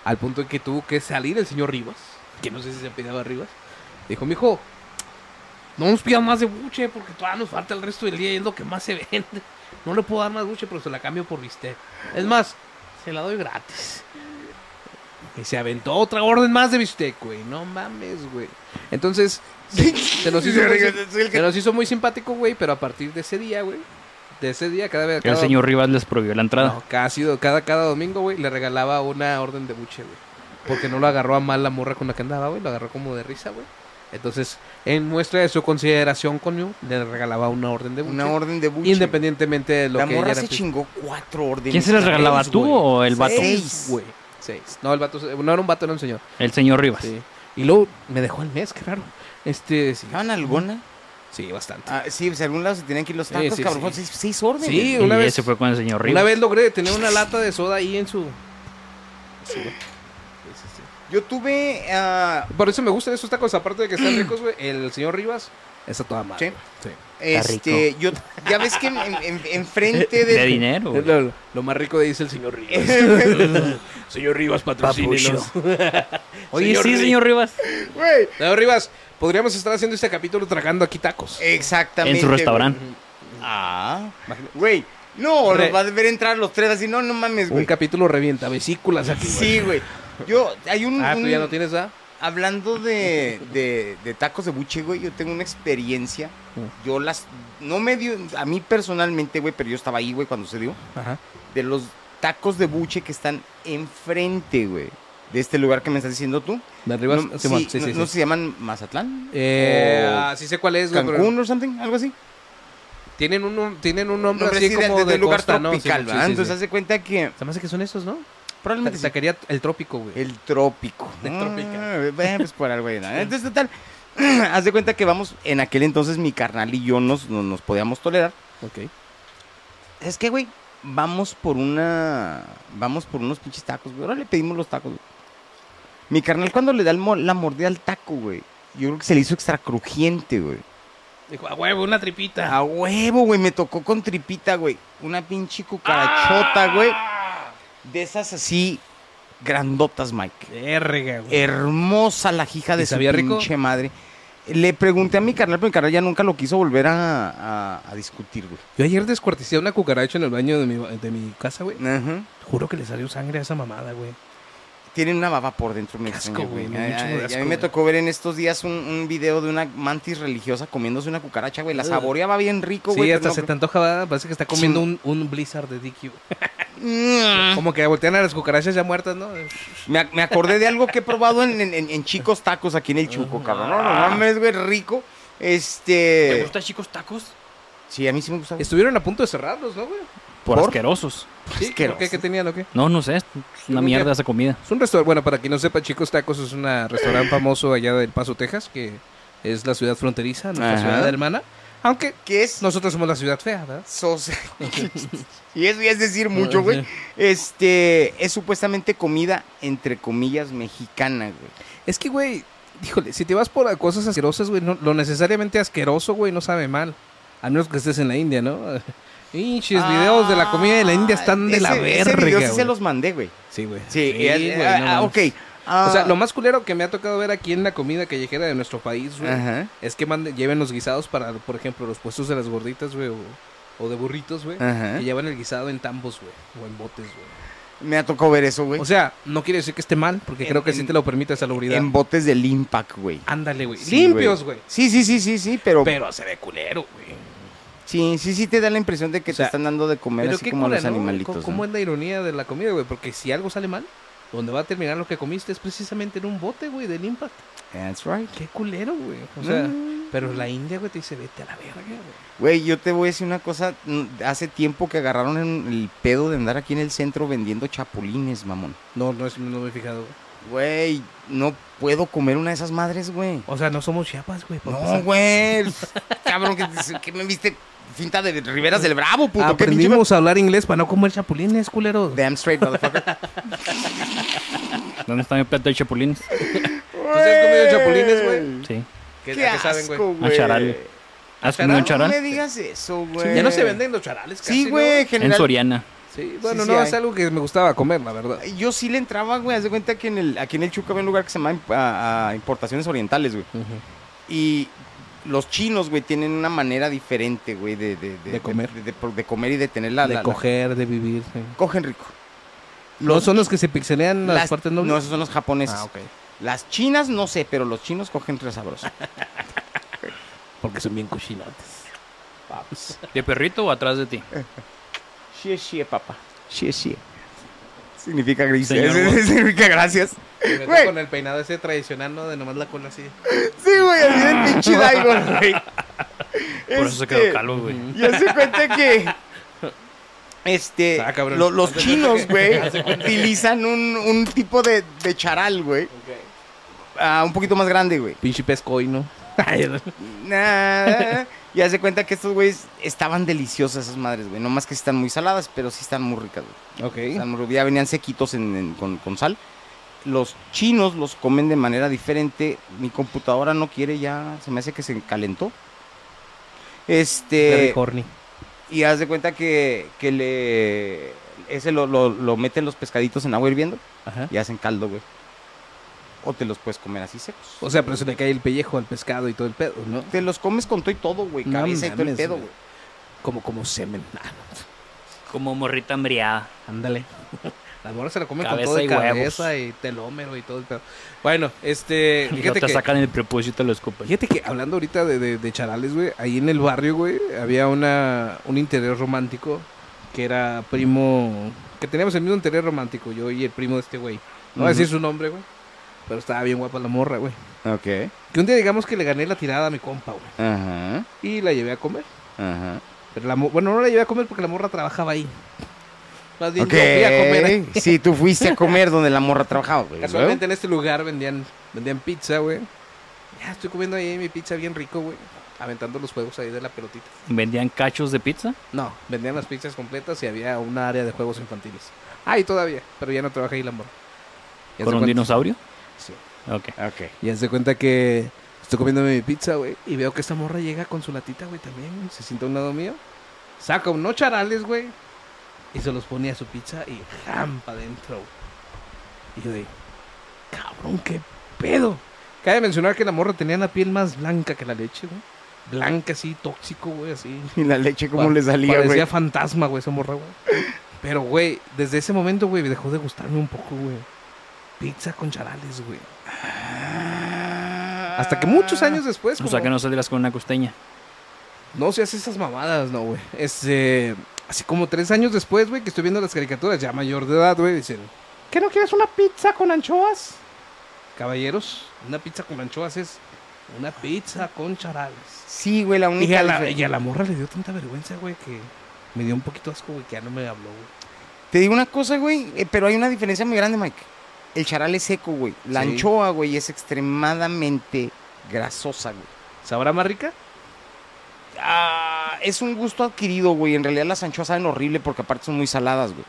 S3: Al punto en que tuvo que salir el señor Rivas, que no sé si se apellidaba Rivas. Dijo, mijo, no nos pida más de buche porque todavía nos falta el resto del día y es lo que más se *laughs* vende. No le puedo dar más buche, pero se la cambio por bistec. Es más, se la doy gratis. Y se aventó otra orden más de bistec, güey. No mames, güey. Entonces, se, se
S2: *laughs*
S3: nos hizo muy, sim- se nos hizo muy simpático, güey, pero a partir de ese día, güey. De ese día, cada vez...
S4: El
S3: cada-
S4: señor Rivas les prohibió la entrada.
S3: no, casi, do- cada, cada domingo, güey, le regalaba una orden de buche, güey. Porque no lo agarró a mal la morra con la que andaba, güey. Lo agarró como de risa, güey. Entonces, en muestra de su consideración con Yu, le regalaba una orden de buche.
S2: Una orden de buche.
S3: Independientemente de lo
S2: La
S3: que ella
S2: morra
S3: era.
S2: se chingó cuatro órdenes.
S4: ¿Quién se las regalaba, tú
S2: güey.
S4: o el vato?
S2: Seis,
S3: güey. Seis. No, el vato, se- no era un vato, era un señor.
S4: El señor Rivas.
S3: Sí. Y luego me dejó el mes, qué raro. Este, sí.
S2: ¿Estaban alguna?
S3: Sí, bastante.
S2: Ah, sí, pues a algún lado se tenían que ir los
S3: Sí,
S2: tacos,
S3: sí,
S2: cabrón.
S3: sí.
S2: Fueron Seis, seis órdenes.
S3: Sí,
S4: Y
S3: una vez.
S4: ese fue con el señor Rivas.
S3: Una vez logré tener una lata de soda ahí en su. Sí, güey. Sí, sí, sí.
S2: Yo tuve. ah,
S3: Por eso me gustan esos tacos, aparte de que están ricos, güey. El señor Rivas está toda
S2: Sí.
S3: madre. Sí.
S2: este, yo, ya ves que en- en- en-
S3: *laughs*
S2: enfrente
S4: de
S2: de.
S4: dinero. güey.
S3: Es Eh, lo, lo más rico de dice el señor Rivas.
S4: *laughs*
S3: señor Rivas, patrocínenos.
S4: Oye,
S3: Señor
S4: sí,
S3: Ri-
S4: señor Rivas.
S2: Güey,
S3: Señor Rivas, podríamos estar haciendo este capítulo tragando aquí tacos.
S2: Exactamente.
S4: En su
S2: güey.
S4: restaurante.
S2: Ah. Güey. No,
S3: Re-
S2: nos va a deber entrar los tres así. No, no mames,
S3: Un
S2: güey.
S3: capítulo revienta vesículas aquí. güey.
S2: Sí, güey. Yo, hay un.
S3: Ah, tú
S2: un-
S3: ya no tienes, ¿ah?
S2: Hablando de, de, de tacos de buche, güey, yo tengo una experiencia.
S3: Mm.
S2: Yo las. No me dio. A mí personalmente, güey, pero yo estaba ahí, güey, cuando se dio.
S3: Ajá.
S2: De los tacos de buche que están enfrente, güey. De este lugar que me estás diciendo tú.
S3: ¿De Rivas?
S2: no,
S3: Simón,
S2: sí, no- no se llaman Mazatlán.
S3: Eh,
S2: o
S3: ah, sí sé cuál es, güey. pero
S2: Cancún o something, algo así.
S3: Tienen un, nom- tienen un nombre,
S2: Nombre
S3: así
S2: así de-
S3: como
S2: de,
S3: de,
S2: de lugar
S3: costa, ¿no?
S2: tropical,
S3: Simón, sí,
S2: ¿verdad?
S3: sí, sí.
S2: Entonces, haz de cuenta que
S3: Se me hace que son esos, ¿no?
S2: probablemente sí.
S3: Sacaría el trópico, güey.
S2: El trópico.
S3: *laughs* El trópico.
S2: Ah, bueno, pues por algo era. Entonces, total, *clears throat* haz de cuenta que vamos, en aquel entonces mi carnal y yo nos, no- nos podíamos tolerar.
S3: Ok.
S2: Es que, güey, vamos por una, vamos por unos pinches tacos, güey. Ahora le pedimos los tacos, güey. Mi carnal cuando le da el mo- la mordida al taco, güey, yo creo que se le hizo extra crujiente, güey.
S3: Dijo, a huevo, una tripita.
S2: A huevo, güey, me tocó con tripita, güey. Una pinche cucarachota, güey.
S3: Ah.
S2: De esas así grandotas, Mike.
S3: Verga, güey.
S2: hermosa la hija de
S3: ¿Y
S2: su
S3: sabía rico?
S2: pinche madre. Le pregunté a mi carnal, pero mi carnal ya nunca lo quiso volver a, a- a discutir, güey.
S3: Yo ayer descuarticé una cucaracha en el baño de mi, de mi casa, güey.
S2: Ajá.
S3: Juro que le salió sangre a esa mamada, güey.
S2: Tiene una baba por dentro, me
S3: Qué asco,
S2: extraña,
S3: güey,
S2: güey.
S3: me
S2: Ay,
S3: da un chingo de
S2: ay, A
S3: asco,
S2: mí me
S3: güey.
S2: tocó ver en estos días un, un video de una mantis religiosa comiéndose una cucaracha, güey. La
S3: Ugh.
S2: saboreaba bien rico,
S3: Sí,
S2: güey. pero
S3: hasta
S2: no-
S3: se te antoja, ¿verdad? parece que está comiendo un, un blizzard de DQ.
S2: Mm.
S3: Como que voltean a las cucarachas ya muertas, ¿no?
S2: Me, ac- me acordé de algo que he probado en, en- en- en chicos tacos aquí en el Chuco, cabrón. No, no mames, güey, rico.
S4: ¿Te
S2: Este.
S4: gustan chicos tacos?
S2: Sí, a mí sí me gusta. güey.
S3: Estuvieron a punto de cerrarlos, ¿no, güey?
S4: Por,
S2: ¿Por?
S4: asquerosos.
S3: Sí, ¿por
S2: Asqueroso.
S3: Pues ¿qué? ¿Qué tenían o qué?
S4: No, no sé. Es una
S3: que-
S4: mierda esa comida.
S3: Es un restaurante, bueno, para quien no sepa, Chicos Tacos es un restaurante famoso allá del Paso, Texas, que es la ciudad fronteriza, nuestra
S2: Ajá.
S3: ciudad hermana. Aunque
S2: ¿Qué es?
S3: nosotros somos la ciudad fea, ¿verdad?
S2: Sos-
S3: *laughs*
S2: *laughs* y eso ya es decir mucho, güey. Este es supuestamente comida entre comillas mexicana, güey.
S3: Es que, güey, híjole, si te vas por cosas asquerosas, güey, no- lo necesariamente asqueroso, güey, no sabe mal. A menos que estés en la India, ¿no? *laughs* Pinches videos de la comida de la India están de la
S2: Ah, Ese- Ese
S3: verga,
S2: video sí
S3: güey.
S2: se los mandé, güey.
S3: Sí, güey.
S2: Sí,
S3: Sí,
S2: eh,
S3: güey,
S2: ah,
S3: no
S2: ah,
S3: mames.
S2: ok. Ah,
S3: O sea, lo más culero que me ha tocado ver aquí en la comida callejera de nuestro país, güey,
S2: Ajá,
S3: es que manden- lleven los guisados para, por ejemplo, los puestos de las gorditas, güey, o, o de burritos, güey.
S2: ajá.
S3: Que llevan el guisado en tambos, güey, o en botes, güey.
S2: Me ha tocado ver eso, güey.
S3: O sea, no quiere decir que esté mal, porque
S2: En-
S3: creo que sí
S2: en-
S3: te lo permite esa salubridad.
S2: en botes del Impact, güey.
S3: Ándale, Ah, güey.
S2: Sí,
S3: Limpios, güey.
S2: Sí, sí, sí, sí, sí, pero,
S3: Pero se ve culero, güey.
S2: sí, sí, sí te da la impresión de que
S3: O sea,
S2: te están dando de comer
S3: Pero
S2: así
S3: qué
S2: como
S3: cura,
S2: los
S3: ¿no?
S2: animalitos.
S3: ¿Cómo,
S2: ¿no?
S3: cómo es la ironía de la comida, güey? Porque si algo sale mal, donde va a terminar lo que comiste es precisamente en un bote, güey, del impact.
S2: That's right.
S3: Qué culero, güey. O sea,
S2: Mm.
S3: pero la India, güey, te dice, vete a la verga, güey.
S2: Güey, yo te voy a decir una cosa. mm, Hace tiempo que agarraron en- el pedo de andar aquí en el centro vendiendo chapulines, mamón.
S3: No, no, es, no me he fijado, güey.
S2: Güey, no puedo comer una de esas madres, güey.
S7: O sea, no somos chiapas, güey. por
S2: No,
S3: pues,
S7: pasar.
S3: *laughs*
S2: güey. Cabrón, que, que me viste finta de Riveras del Bravo, puto. qué pinche-
S7: Aprendimos a hablar inglés para no comer chapulines, culeros.
S2: Damn straight,
S3: *laughs*
S2: motherfucker.
S4: ¿Dónde está mi plato de chapulines?
S3: has comido chapulines, güey?
S4: Sí.
S3: ¿Qué,
S2: Qué,
S3: a qué saben,
S2: asco,
S3: güey?
S2: güey.
S4: A charal.
S3: Charal,
S4: ¿Has comido un
S2: No
S4: charal?
S2: me digas eso, güey.
S3: Ya no se venden los charales, casi,
S2: Sí,
S3: ¿no?
S2: güey,
S4: En
S2: general.
S4: Soriana.
S3: Sí, bueno,
S2: Sí, sí
S3: no,
S2: hay.
S3: es algo que me gustaba comer, la verdad.
S2: Yo sí le entraba, güey. Haz de cuenta que en el, aquí en el Chuca había un lugar que se llama Imp- a- a Importaciones Orientales, güey. Y los chinos, güey, tienen una manera diferente, güey, de, de,
S3: De comer.
S2: De, de- de comer y de tener la.
S7: de
S2: la- la-
S7: coger, de vivir. sí.
S2: cogen rico.
S7: ¿No son los que se pixelean las,
S2: Las-
S7: partes
S2: no,
S7: nobles?
S2: esos son los japoneses.
S7: Ah, ok.
S2: Las chinas, no sé, pero los chinos cogen
S7: *laughs*
S2: re sabroso.
S7: Porque son bien cochinotes.
S4: ¿De perrito o atrás de ti?
S2: Xie, xie, papá. Xie, xie. Significa gris. *laughs*
S4: Señor
S2: Significa gracias.
S3: Me dejó
S2: Güey.
S3: con el peinado ese tradicional, ¿no? De nomás la cola así.
S2: Sí, güey, así del pinche Daigon, güey.
S4: *laughs* Por eso se quedó calvo, güey.
S2: Ya se cuenta que. Este.
S3: Ah, cabrón.
S2: lo- los chinos, güey,
S4: *laughs*
S2: utilizan un, un tipo de, de charal, güey. Ah, un poquito más grande, güey.
S3: Pinche pescoy, *laughs* ¿no?
S4: *laughs*
S2: Nah, ya se cuenta que estos güeyes estaban deliciosas esas madres, güey. No más que sí están muy saladas, pero sí están muy ricas, güey.
S3: Ok.
S2: Están muy ricas. Ya venían sequitos en- en- con, con sal. Los chinos los comen de manera diferente. Mi computadora no quiere ya. Se me hace que se calentó. Este.
S7: Terry Horny.
S2: Y haz de cuenta que, que le. Ese lo, lo, lo meten los pescaditos en agua hirviendo
S7: Ajá.
S2: y hacen caldo, güey. O te los puedes comer así secos.
S7: O sea, pero se le cae el pellejo al pescado y todo el pedo, ¿no?
S2: Te los comes con todo y todo, güey.
S7: No
S2: Cabeza y todo el
S7: mames,
S2: pedo,
S7: güey.
S2: güey.
S7: Como, como semen. Ah,
S4: Como morrita hambriada.
S7: ándale.
S3: *laughs* Las morras se la comen
S4: Cabeza
S3: con todo y
S4: y huevos.
S3: cabeza y telómero y todo el pedo. Bueno,
S7: *laughs*
S3: este.
S4: Y no
S3: Fíjate
S4: te
S3: que,
S4: sacan el propósito y te lo escupen.
S3: fíjate que hablando ahorita de, de- de charales, güey. Ahí en el barrio, güey, había una, un interior romántico que era primo. Que teníamos el mismo interior romántico, yo y el primo de este güey. No voy a decir su nombre, güey. Pero estaba bien guapa la morra, güey.
S2: Ok.
S3: Que un día digamos que le gané la tirada a mi compa, güey.
S2: Ajá.
S3: Y la llevé a comer.
S2: Ajá.
S3: Pero la mo- bueno, no la llevé a comer porque la morra trabajaba ahí. Más bien
S2: Ok.
S3: yo fui a comer ahí.
S2: *laughs* Sí, tú fuiste a comer donde la morra trabajaba, güey.
S3: Casualmente en este lugar vendían, vendían pizza, güey. Ya estoy comiendo ahí mi pizza bien rico, güey. Aventando los juegos ahí de la pelotita.
S4: ¿Vendían cachos de pizza?
S3: No, vendían las pizzas completas y había una área de juegos infantiles. Ahí todavía, pero ya no trabaja ahí la morra. Y haz
S4: ¿Con
S3: de
S4: un
S3: cuenta-
S4: dinosaurio?
S3: Sí.
S4: Ok.
S2: Ok.
S3: Y haz de cuenta que estoy comiéndome mi pizza, güey. Y veo que esta morra llega con su latita, güey, también. güey, Se sienta a un lado mío. Saca unos charales, güey. Y se los pone a su pizza y rampa adentro, güey. Y yo digo, cabrón, qué pedo. Cabe mencionar que la morra tenía la piel más blanca que la leche, güey. Blanca, así, tóxico, güey, así.
S2: *laughs* Y la leche, ¿cómo
S3: Pa-
S2: le salía,
S3: Parecía
S2: güey?
S3: fantasma, güey, esa morra, güey. Pero, güey, desde ese momento, güey, me dejó de gustarme un poco, güey. Pizza con charales, güey.
S2: Ah.
S3: Hasta que muchos años después,
S4: O
S3: como,
S4: sea que
S3: no...
S4: no saldrás con una costeña.
S3: se hace esas mamadas, no, güey. Este, así como tres años después, güey, que estoy viendo las caricaturas, ya mayor de edad, güey, dicen, ¿qué no quieres una pizza con anchoas? Caballeros, una pizza con anchoas es una pizza con charales.
S2: Sí, güey, la
S3: Y a
S2: única.
S3: la,
S2: diferencia-
S3: y a la morra le dio tanta vergüenza, güey, que me dio un poquito asco, güey, que ya no me habló, güey.
S2: Te digo una cosa, güey, eh, pero hay una diferencia muy grande, Mike. El charal es seco, güey. La
S3: Sí.
S2: anchoa, güey, es extremadamente grasosa, güey.
S3: ¿Sabrá más rica?
S2: Ah, es un gusto adquirido, güey. En realidad las anchoas saben horrible porque aparte son muy saladas, güey.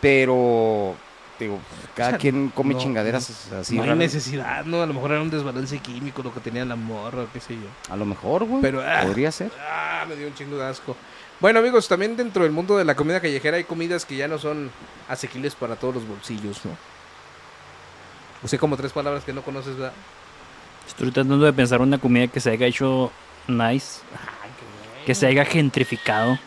S2: Pero, digo, cada
S3: *laughs* O sea,
S2: quien come
S3: no,
S2: chingaderas así.
S3: no hay
S2: raras.
S3: necesidad, ¿no? A lo mejor era un desbalance químico lo que tenía la morra, o qué sé yo.
S2: A lo mejor, güey.
S3: Pero, ah.
S2: Podría ser.
S3: Ah, me dio un chingo de asco. Bueno, amigos, también dentro del mundo de la comida callejera hay comidas que ya no son asequibles para todos los bolsillos, ¿no? Usé como tres palabras que no conoces, ¿verdad?
S4: Estoy tratando de pensar una comida que se haya hecho nice, que se haya gentrificado.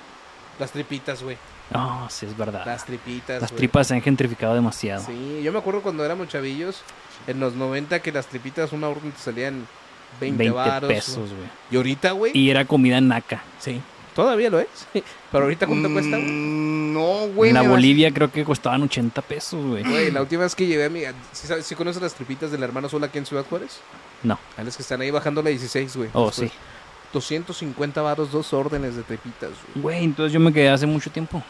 S3: Las tripitas, güey.
S4: No, sí es verdad.
S3: Las
S4: Ah, Las,
S3: tripitas. güey.
S4: tripas se han gentrificado demasiado.
S3: Sí, yo me acuerdo cuando éramos chavillos, en los 90, que las tripitas una orden te salían 20,
S4: 20
S3: varos.
S4: pesos, güey.
S3: Y ahorita, güey.
S4: Y era comida naca.
S3: Sí. Todavía lo es. Pero ahorita, ¿cuánto cuesta, güey?
S2: Mm, No, güey.
S4: en la
S2: me va-
S4: Bolivia creo que costaban 80 pesos, güey.
S3: Güey, la última vez que llevé a mi... ¿Sí, sabes- sí conoces las tripitas del hermano Sola aquí en Ciudad Juárez?
S4: No.
S3: A las que están ahí bajando la 16, güey.
S4: Oh,
S3: Después,
S4: sí.
S3: 250 varos, dos órdenes de tripitas, güey.
S4: Güey, entonces yo me quedé hace mucho tiempo.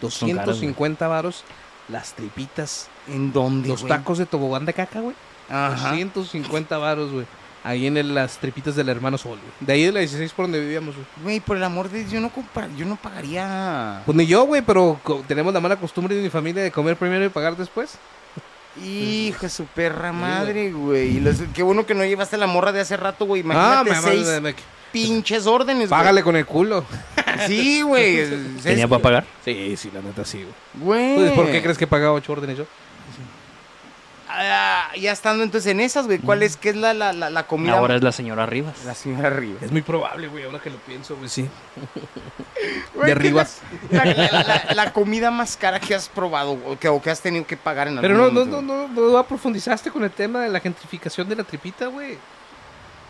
S4: Son caras, güey.
S3: 250 varos, las tripitas,
S2: ¿En dónde?
S3: los
S2: güey?
S3: tacos de tobogán de caca, güey.
S2: Ajá.
S3: 250 varos, güey. Ahí en el- las tripitas del hermano Sol, güey. De ahí de la 16 por donde vivíamos, güey.
S2: Güey, por el amor de Dios, yo no, compra- yo no pagaría.
S3: Pues ni yo, güey, pero co- tenemos la mala costumbre de mi familia de comer primero y pagar después.
S2: Hijo de su perra madre, güey. Y los- Qué bueno que no llevaste la morra de hace rato, güey. Imagínate
S3: Ah, me-
S2: seis
S3: me- me-
S2: pinches órdenes, güey.
S3: Págale con el culo.
S2: Sí,
S3: *laughs*
S2: güey.
S4: ¿Tenía para pagar?
S3: Sí, sí, la neta sí, güey.
S2: Güey.
S3: Entonces, Pues, ¿por qué crees que pagaba ocho órdenes yo?
S2: Ah, ya estando entonces en esas, güey. ¿Cuál es? ¿Qué es la, la, la, la comida?
S4: Ahora es la señora Rivas.
S2: *laughs* La señora Rivas.
S3: Es muy probable, güey, ahora que lo pienso, güey, sí.
S2: Güey, ¿qué es la-
S3: Rivas.
S2: La, la- la- la comida más cara que has probado o que, o que has tenido que pagar en
S3: Pero no,
S2: algún
S3: no, no,
S2: momento,
S3: no, no profundizaste con el tema de la gentrificación de la tripita, güey.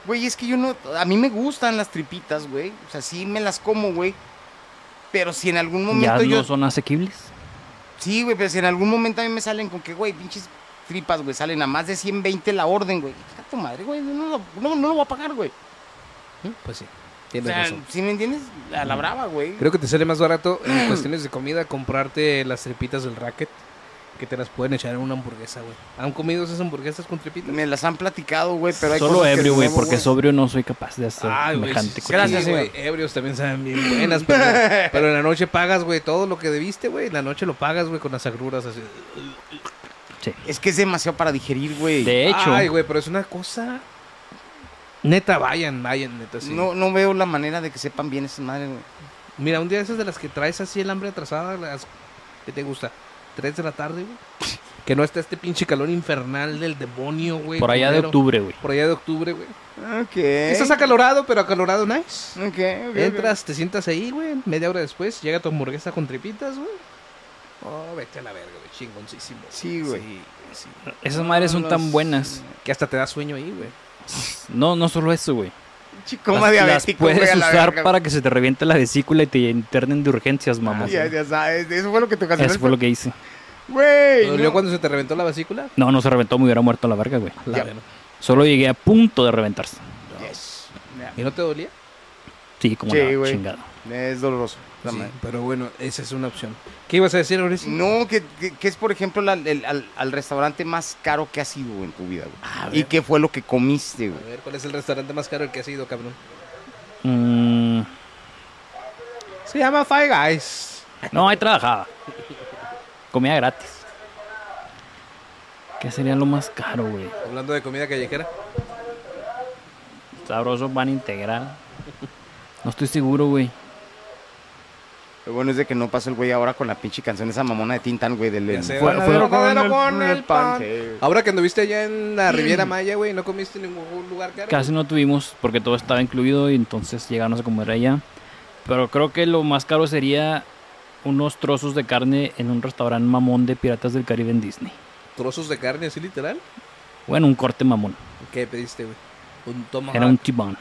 S2: Güey, es que yo no. A mí me gustan las tripitas, güey. O sea, sí me las como, güey. Pero si en algún
S4: ¿Ya
S2: momento yo.
S4: no son asequibles?
S2: Sí, güey, pero si en algún momento a mí me salen con que, güey, pinches tripas, güey, salen a más de 120 la orden, güey. Está tu madre, güey. No, lo- no, no lo voy a pagar, güey.
S3: Pues sí,
S2: O
S3: tienes
S2: sea,
S3: razón.
S2: si me entiendes, a la brava, güey.
S3: Creo que te sale más barato *clears throat* en cuestiones de comida comprarte las tripitas del racket que te las pueden echar en una hamburguesa, güey. ¿Han comido esas hamburguesas con tripitas?
S2: Me las han platicado, güey, pero hay
S4: Solo
S2: cosas que
S4: ebrio, güey,
S2: no,
S4: porque sobrio no soy capaz de hacer
S3: Ay, güey.
S4: semejante
S3: sí,
S4: cosa.
S3: sí, güey. Ebrios también saben bien buenas, *laughs* pero, pero en la noche pagas, güey, todo lo que debiste, güey. En la noche lo pagas, güey, con las agruras así.
S2: Es que es demasiado para digerir, güey.
S4: De hecho,
S3: Ay, güey, pero es una cosa. Neta, vayan, vayan, neta, sí.
S2: No, no veo la manera de que sepan bien esas madres, güey.
S3: Mira, un día esas de las que traes así el hambre atrasada, las que te gusta, 3 de la tarde, güey. Que no está este pinche calor infernal del demonio, güey.
S4: por allá de
S3: culero.
S4: octubre, güey.
S3: Por allá de octubre, güey.
S2: Ok.
S3: Estás acalorado, pero acalorado nice.
S2: Ok, ¿Eh? Ah, ok,
S3: Entras, te sientas ahí, güey. Media hora después, llega tu hamburguesa con tripitas, güey. Oh, vete a la verga, güey. Chingoncísimo. güey.
S2: Sí, güey.
S3: sí.
S4: Esas madres son tan buenas.
S3: Que hasta te da sueño ahí, güey.
S4: No, no solo eso, güey.
S2: ok. Chico, más
S4: Las- las
S2: diabético, güey,
S4: puedes
S2: a la
S4: usar
S2: verga.
S4: para que se te reviente la vesícula y te internen de urgencias, mamá.
S2: Ya, ya sabes, eso fue lo que te ocasionó.
S4: Eso fue lo que hice.
S2: Güey.
S3: ¿Te dolió
S2: no.
S3: cuando se te reventó la vesícula?
S4: No, no se reventó, me hubiera muerto la verga, güey.
S3: La
S2: Ya.
S3: verga.
S4: Solo llegué a punto de reventarse.
S2: Yes.
S3: ¿Y no te dolía?
S4: Sí, como
S2: Sí,
S4: la
S2: güey.
S4: chingada.
S2: Es doloroso. la madre.
S3: pero bueno, esa es una opción. ¿Qué ibas a decir, Mauricio?
S2: No, que, que- que es, por ejemplo, la- el- al, al restaurante más caro que has ido en tu vida, güey. ¿Y qué fue lo que comiste,
S3: A
S2: güey?
S3: ver, ¿cuál es el restaurante más caro el que has ido, cabrón?
S4: Mm,
S3: Se llama Five Guys.
S4: no, ahí trabajaba. Comía gratis. ¿Qué sería lo más caro, güey?
S3: Hablando de comida callejera.
S4: Sabroso pan integral. No estoy seguro, güey.
S2: Lo bueno es de que no pasó el güey ahora con la pinche canción esa mamona de Tintan, güey, del...
S3: Ya
S2: el-
S3: sé,
S2: fue-
S3: ganadero,
S2: fue-
S3: ganadero con el pan.
S2: sí.
S3: Ahora que anduviste allá en la Riviera Maya, güey, ¿no comiste en ningún lugar caro?
S4: Casi no tuvimos porque todo estaba incluido y entonces llegamos a comer allá. Pero creo que lo más caro sería unos trozos de carne en un restaurante mamón de Piratas del Caribe en Disney.
S3: ¿Trozos de carne así literal?
S4: Bueno, un corte mamón.
S3: ¿Qué pediste, güey? Un tomahawk.
S4: Era un tibón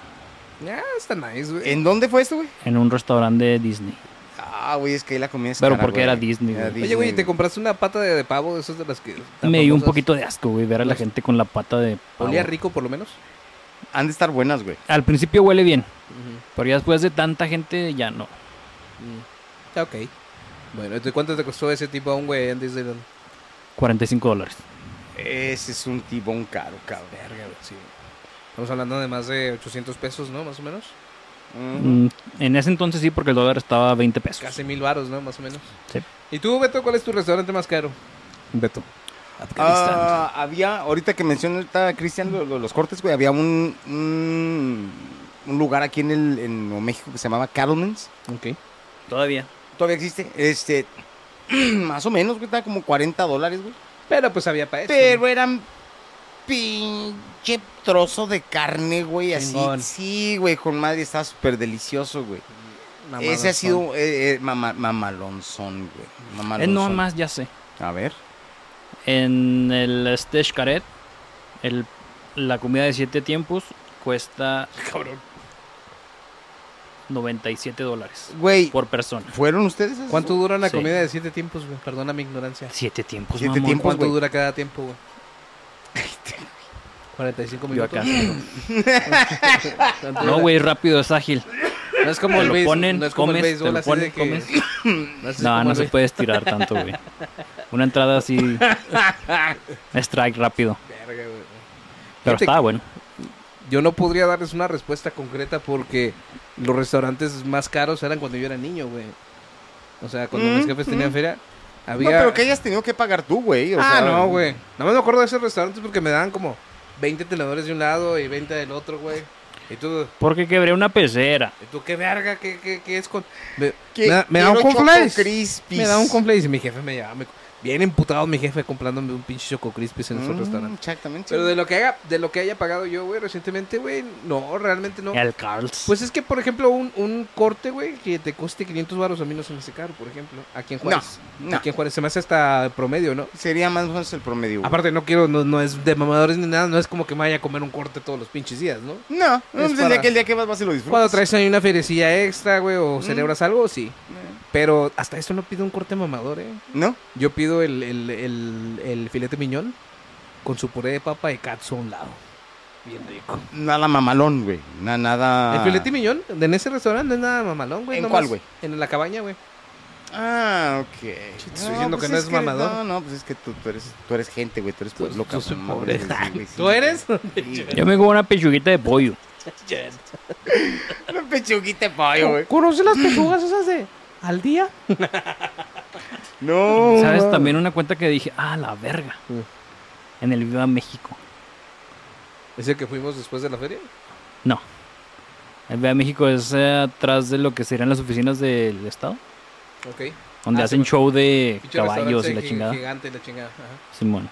S3: Ah, está nice, güey.
S2: ¿En dónde fue esto, güey?
S4: en un restaurante de Disney.
S2: Ah, güey, es que ahí la comida es
S4: Pero
S2: cara,
S4: porque
S2: güey.
S4: era Disney, güey.
S3: Oye, güey, ¿te
S2: güey.
S3: compraste una pata de, de pavo? Esas de las que... tan
S4: Me dio un
S3: famosas?
S4: poquito de asco, güey, ver a la
S3: Los-
S4: gente con la pata de pavo.
S3: ¿Olía rico, por lo menos?
S2: Han de estar buenas, güey.
S4: Al principio huele bien, pero ya después de tanta gente ya no.
S3: Está ok. Bueno, ¿y cuánto te costó ese tipo a un güey en Disneyland?
S4: 45 dólares.
S2: Ese es un tibón caro, cabrón.
S3: Verga, güey, sí. Estamos hablando de más de 800 pesos, ¿no? Más o menos.
S2: Mm.
S4: Mm, en ese entonces sí, porque el dólar estaba a 20 pesos.
S3: Casi mil varos, ¿no? Más o menos.
S4: Sí.
S3: ¿Y tú, Beto, cuál es tu restaurante más caro?
S4: Beto.
S2: Ah, había, ahorita que menciona ahorita Cristian lo- lo- los cortes, güey, había un, un, un lugar aquí en, el, en Nuevo México que se llamaba Cattleman's.
S3: Ok.
S4: Todavía.
S2: Todavía existe. Este, *clears throat* más o menos, güey, estaba como 40 dólares, güey.
S3: Pero pues había para eso.
S2: Pero eran pinche trozo de carne, güey, así.
S3: Chingón.
S2: Sí, güey, con madre, estaba súper delicioso, güey.
S3: Mamadón
S2: Ese ha
S3: son.
S2: sido eh, eh, mama- mamalonzón, güey. Mamalonzón.
S4: Eh, no, más, ya sé.
S2: A ver.
S4: En el Stash Caret, el, la comida de 7 tiempos
S3: *laughs*
S4: cuesta. Cabrón. 97 dólares
S2: Güey,
S4: por persona.
S2: ¿fueron ustedes? esos?
S3: ¿Cuánto dura la
S4: Sí.
S3: comida de siete tiempos, güey? Perdona mi ignorancia.
S4: 7 tiempos,
S2: Siete
S4: mamón.
S2: tiempos,
S3: ¿Cuánto
S2: güey.
S3: dura cada tiempo,
S4: *laughs*
S3: güey? 45
S4: Yo
S3: minutos.
S4: acá.
S3: ¿Cuánto
S4: *laughs* No,
S3: dura?
S4: güey, rápido, es ágil.
S3: No es como
S4: Te
S3: el
S4: lo
S3: béis-
S4: ponen,
S3: no es como el
S4: comes, te
S3: béisbol
S4: lo
S3: así de
S4: ponen,
S3: que-
S4: comes.
S3: *coughs* No, es
S4: No,
S3: como
S4: no
S3: el
S4: se
S3: béis-
S4: puede estirar tanto, güey. Una
S3: *laughs*
S4: entrada así. strike rápido.
S3: Verga, güey.
S4: Pero
S3: Fíjate
S4: estaba bueno.
S3: Yo no podría darles una respuesta concreta porque los restaurantes más caros eran cuando yo era niño, güey. O sea, cuando
S2: Mm,
S3: mis jefes tenían feria, había...
S2: No, pero que hayas tenido que pagar tú, güey. o
S3: Ah,
S2: sea,
S3: no, güey. Nada más me acuerdo de esos restaurantes porque me daban como 20 tenedores de un lado y 20 del otro, güey. Y tú,
S4: Porque quebré una pecera.
S3: y tú qué verga, qué, qué, qué es con... Me,
S2: que-
S3: me da, me da un
S2: quiero Choco
S3: conflace.
S2: Crispies.
S3: Me da un conflace y mi jefe me llevaba... me- bien emputado mi jefe comprándome un pinche Choco Crispis en esos
S2: Mm,
S3: restaurantes.
S2: Exactamente.
S3: Pero de lo que haga, de lo que haya pagado yo, güey, recientemente, güey, no, realmente no.
S4: El Carl's.
S3: Pues es que, por ejemplo, un, un corte, güey, que te coste 500 baros a mí no se me hace caro, por ejemplo. Aquí en Juárez.
S2: no.
S3: Aquí en Juárez se me hace hasta promedio, ¿no?
S2: Sería más o menos el promedio. güey.
S3: Aparte, no quiero, no, no es de mamadores ni nada, no es como que me vaya a comer un corte todos los pinches días, ¿no?
S2: No, no,
S3: Es
S2: desde
S3: para-
S2: que el día que vas vas y lo disfrutas.
S3: Cuando traes ahí una feriecilla extra, güey, o
S2: Mm.
S3: celebras algo, sí. Pero hasta eso no pido un corte mamador, ¿eh?
S2: ¿No?
S3: Yo pido el, el, el, el filete miñón con su puré de papa de katsu a un lado. Bien rico.
S2: Nada mamalón, güey. Na- nada.
S3: El filete miñón en ese restaurante no es nada mamalón, güey.
S2: Ah. ¿En
S3: nomás
S2: cuál, güey?
S3: En la cabaña, güey.
S2: Ah, ok. pues
S3: estoy diciendo que no es mamador. Pues,
S2: No, no, pues es que tú, tú eres, tú eres gente, güey. Tú eres pueblo,
S3: yo soy
S2: cabrón,
S3: pobre.
S2: güey, sí,
S3: *laughs*
S2: güey, sí,
S3: ¿Tú eres?
S2: sí, *laughs* güey.
S4: Yo me como una pechuguita de pollo.
S2: Una pechuguita de pollo, güey.
S3: ¿Conoces las pechugas esas de al día?
S2: No.
S4: ¿Sabes?
S2: no.
S4: También una cuenta que dije, ah, la verga.
S3: Sí.
S4: En el Viva México.
S3: ¿Es el que fuimos después de la feria?
S4: No. El Viva México es eh, atrás de lo que serían las oficinas del Estado.
S3: Ok.
S4: Donde
S3: Ah,
S4: hacen
S3: sí,
S4: show de
S3: Pinche
S4: caballos
S3: restaurante
S4: y la
S3: gi-
S4: chingada.
S3: Gigante y la chingada. ajá.
S4: Simón.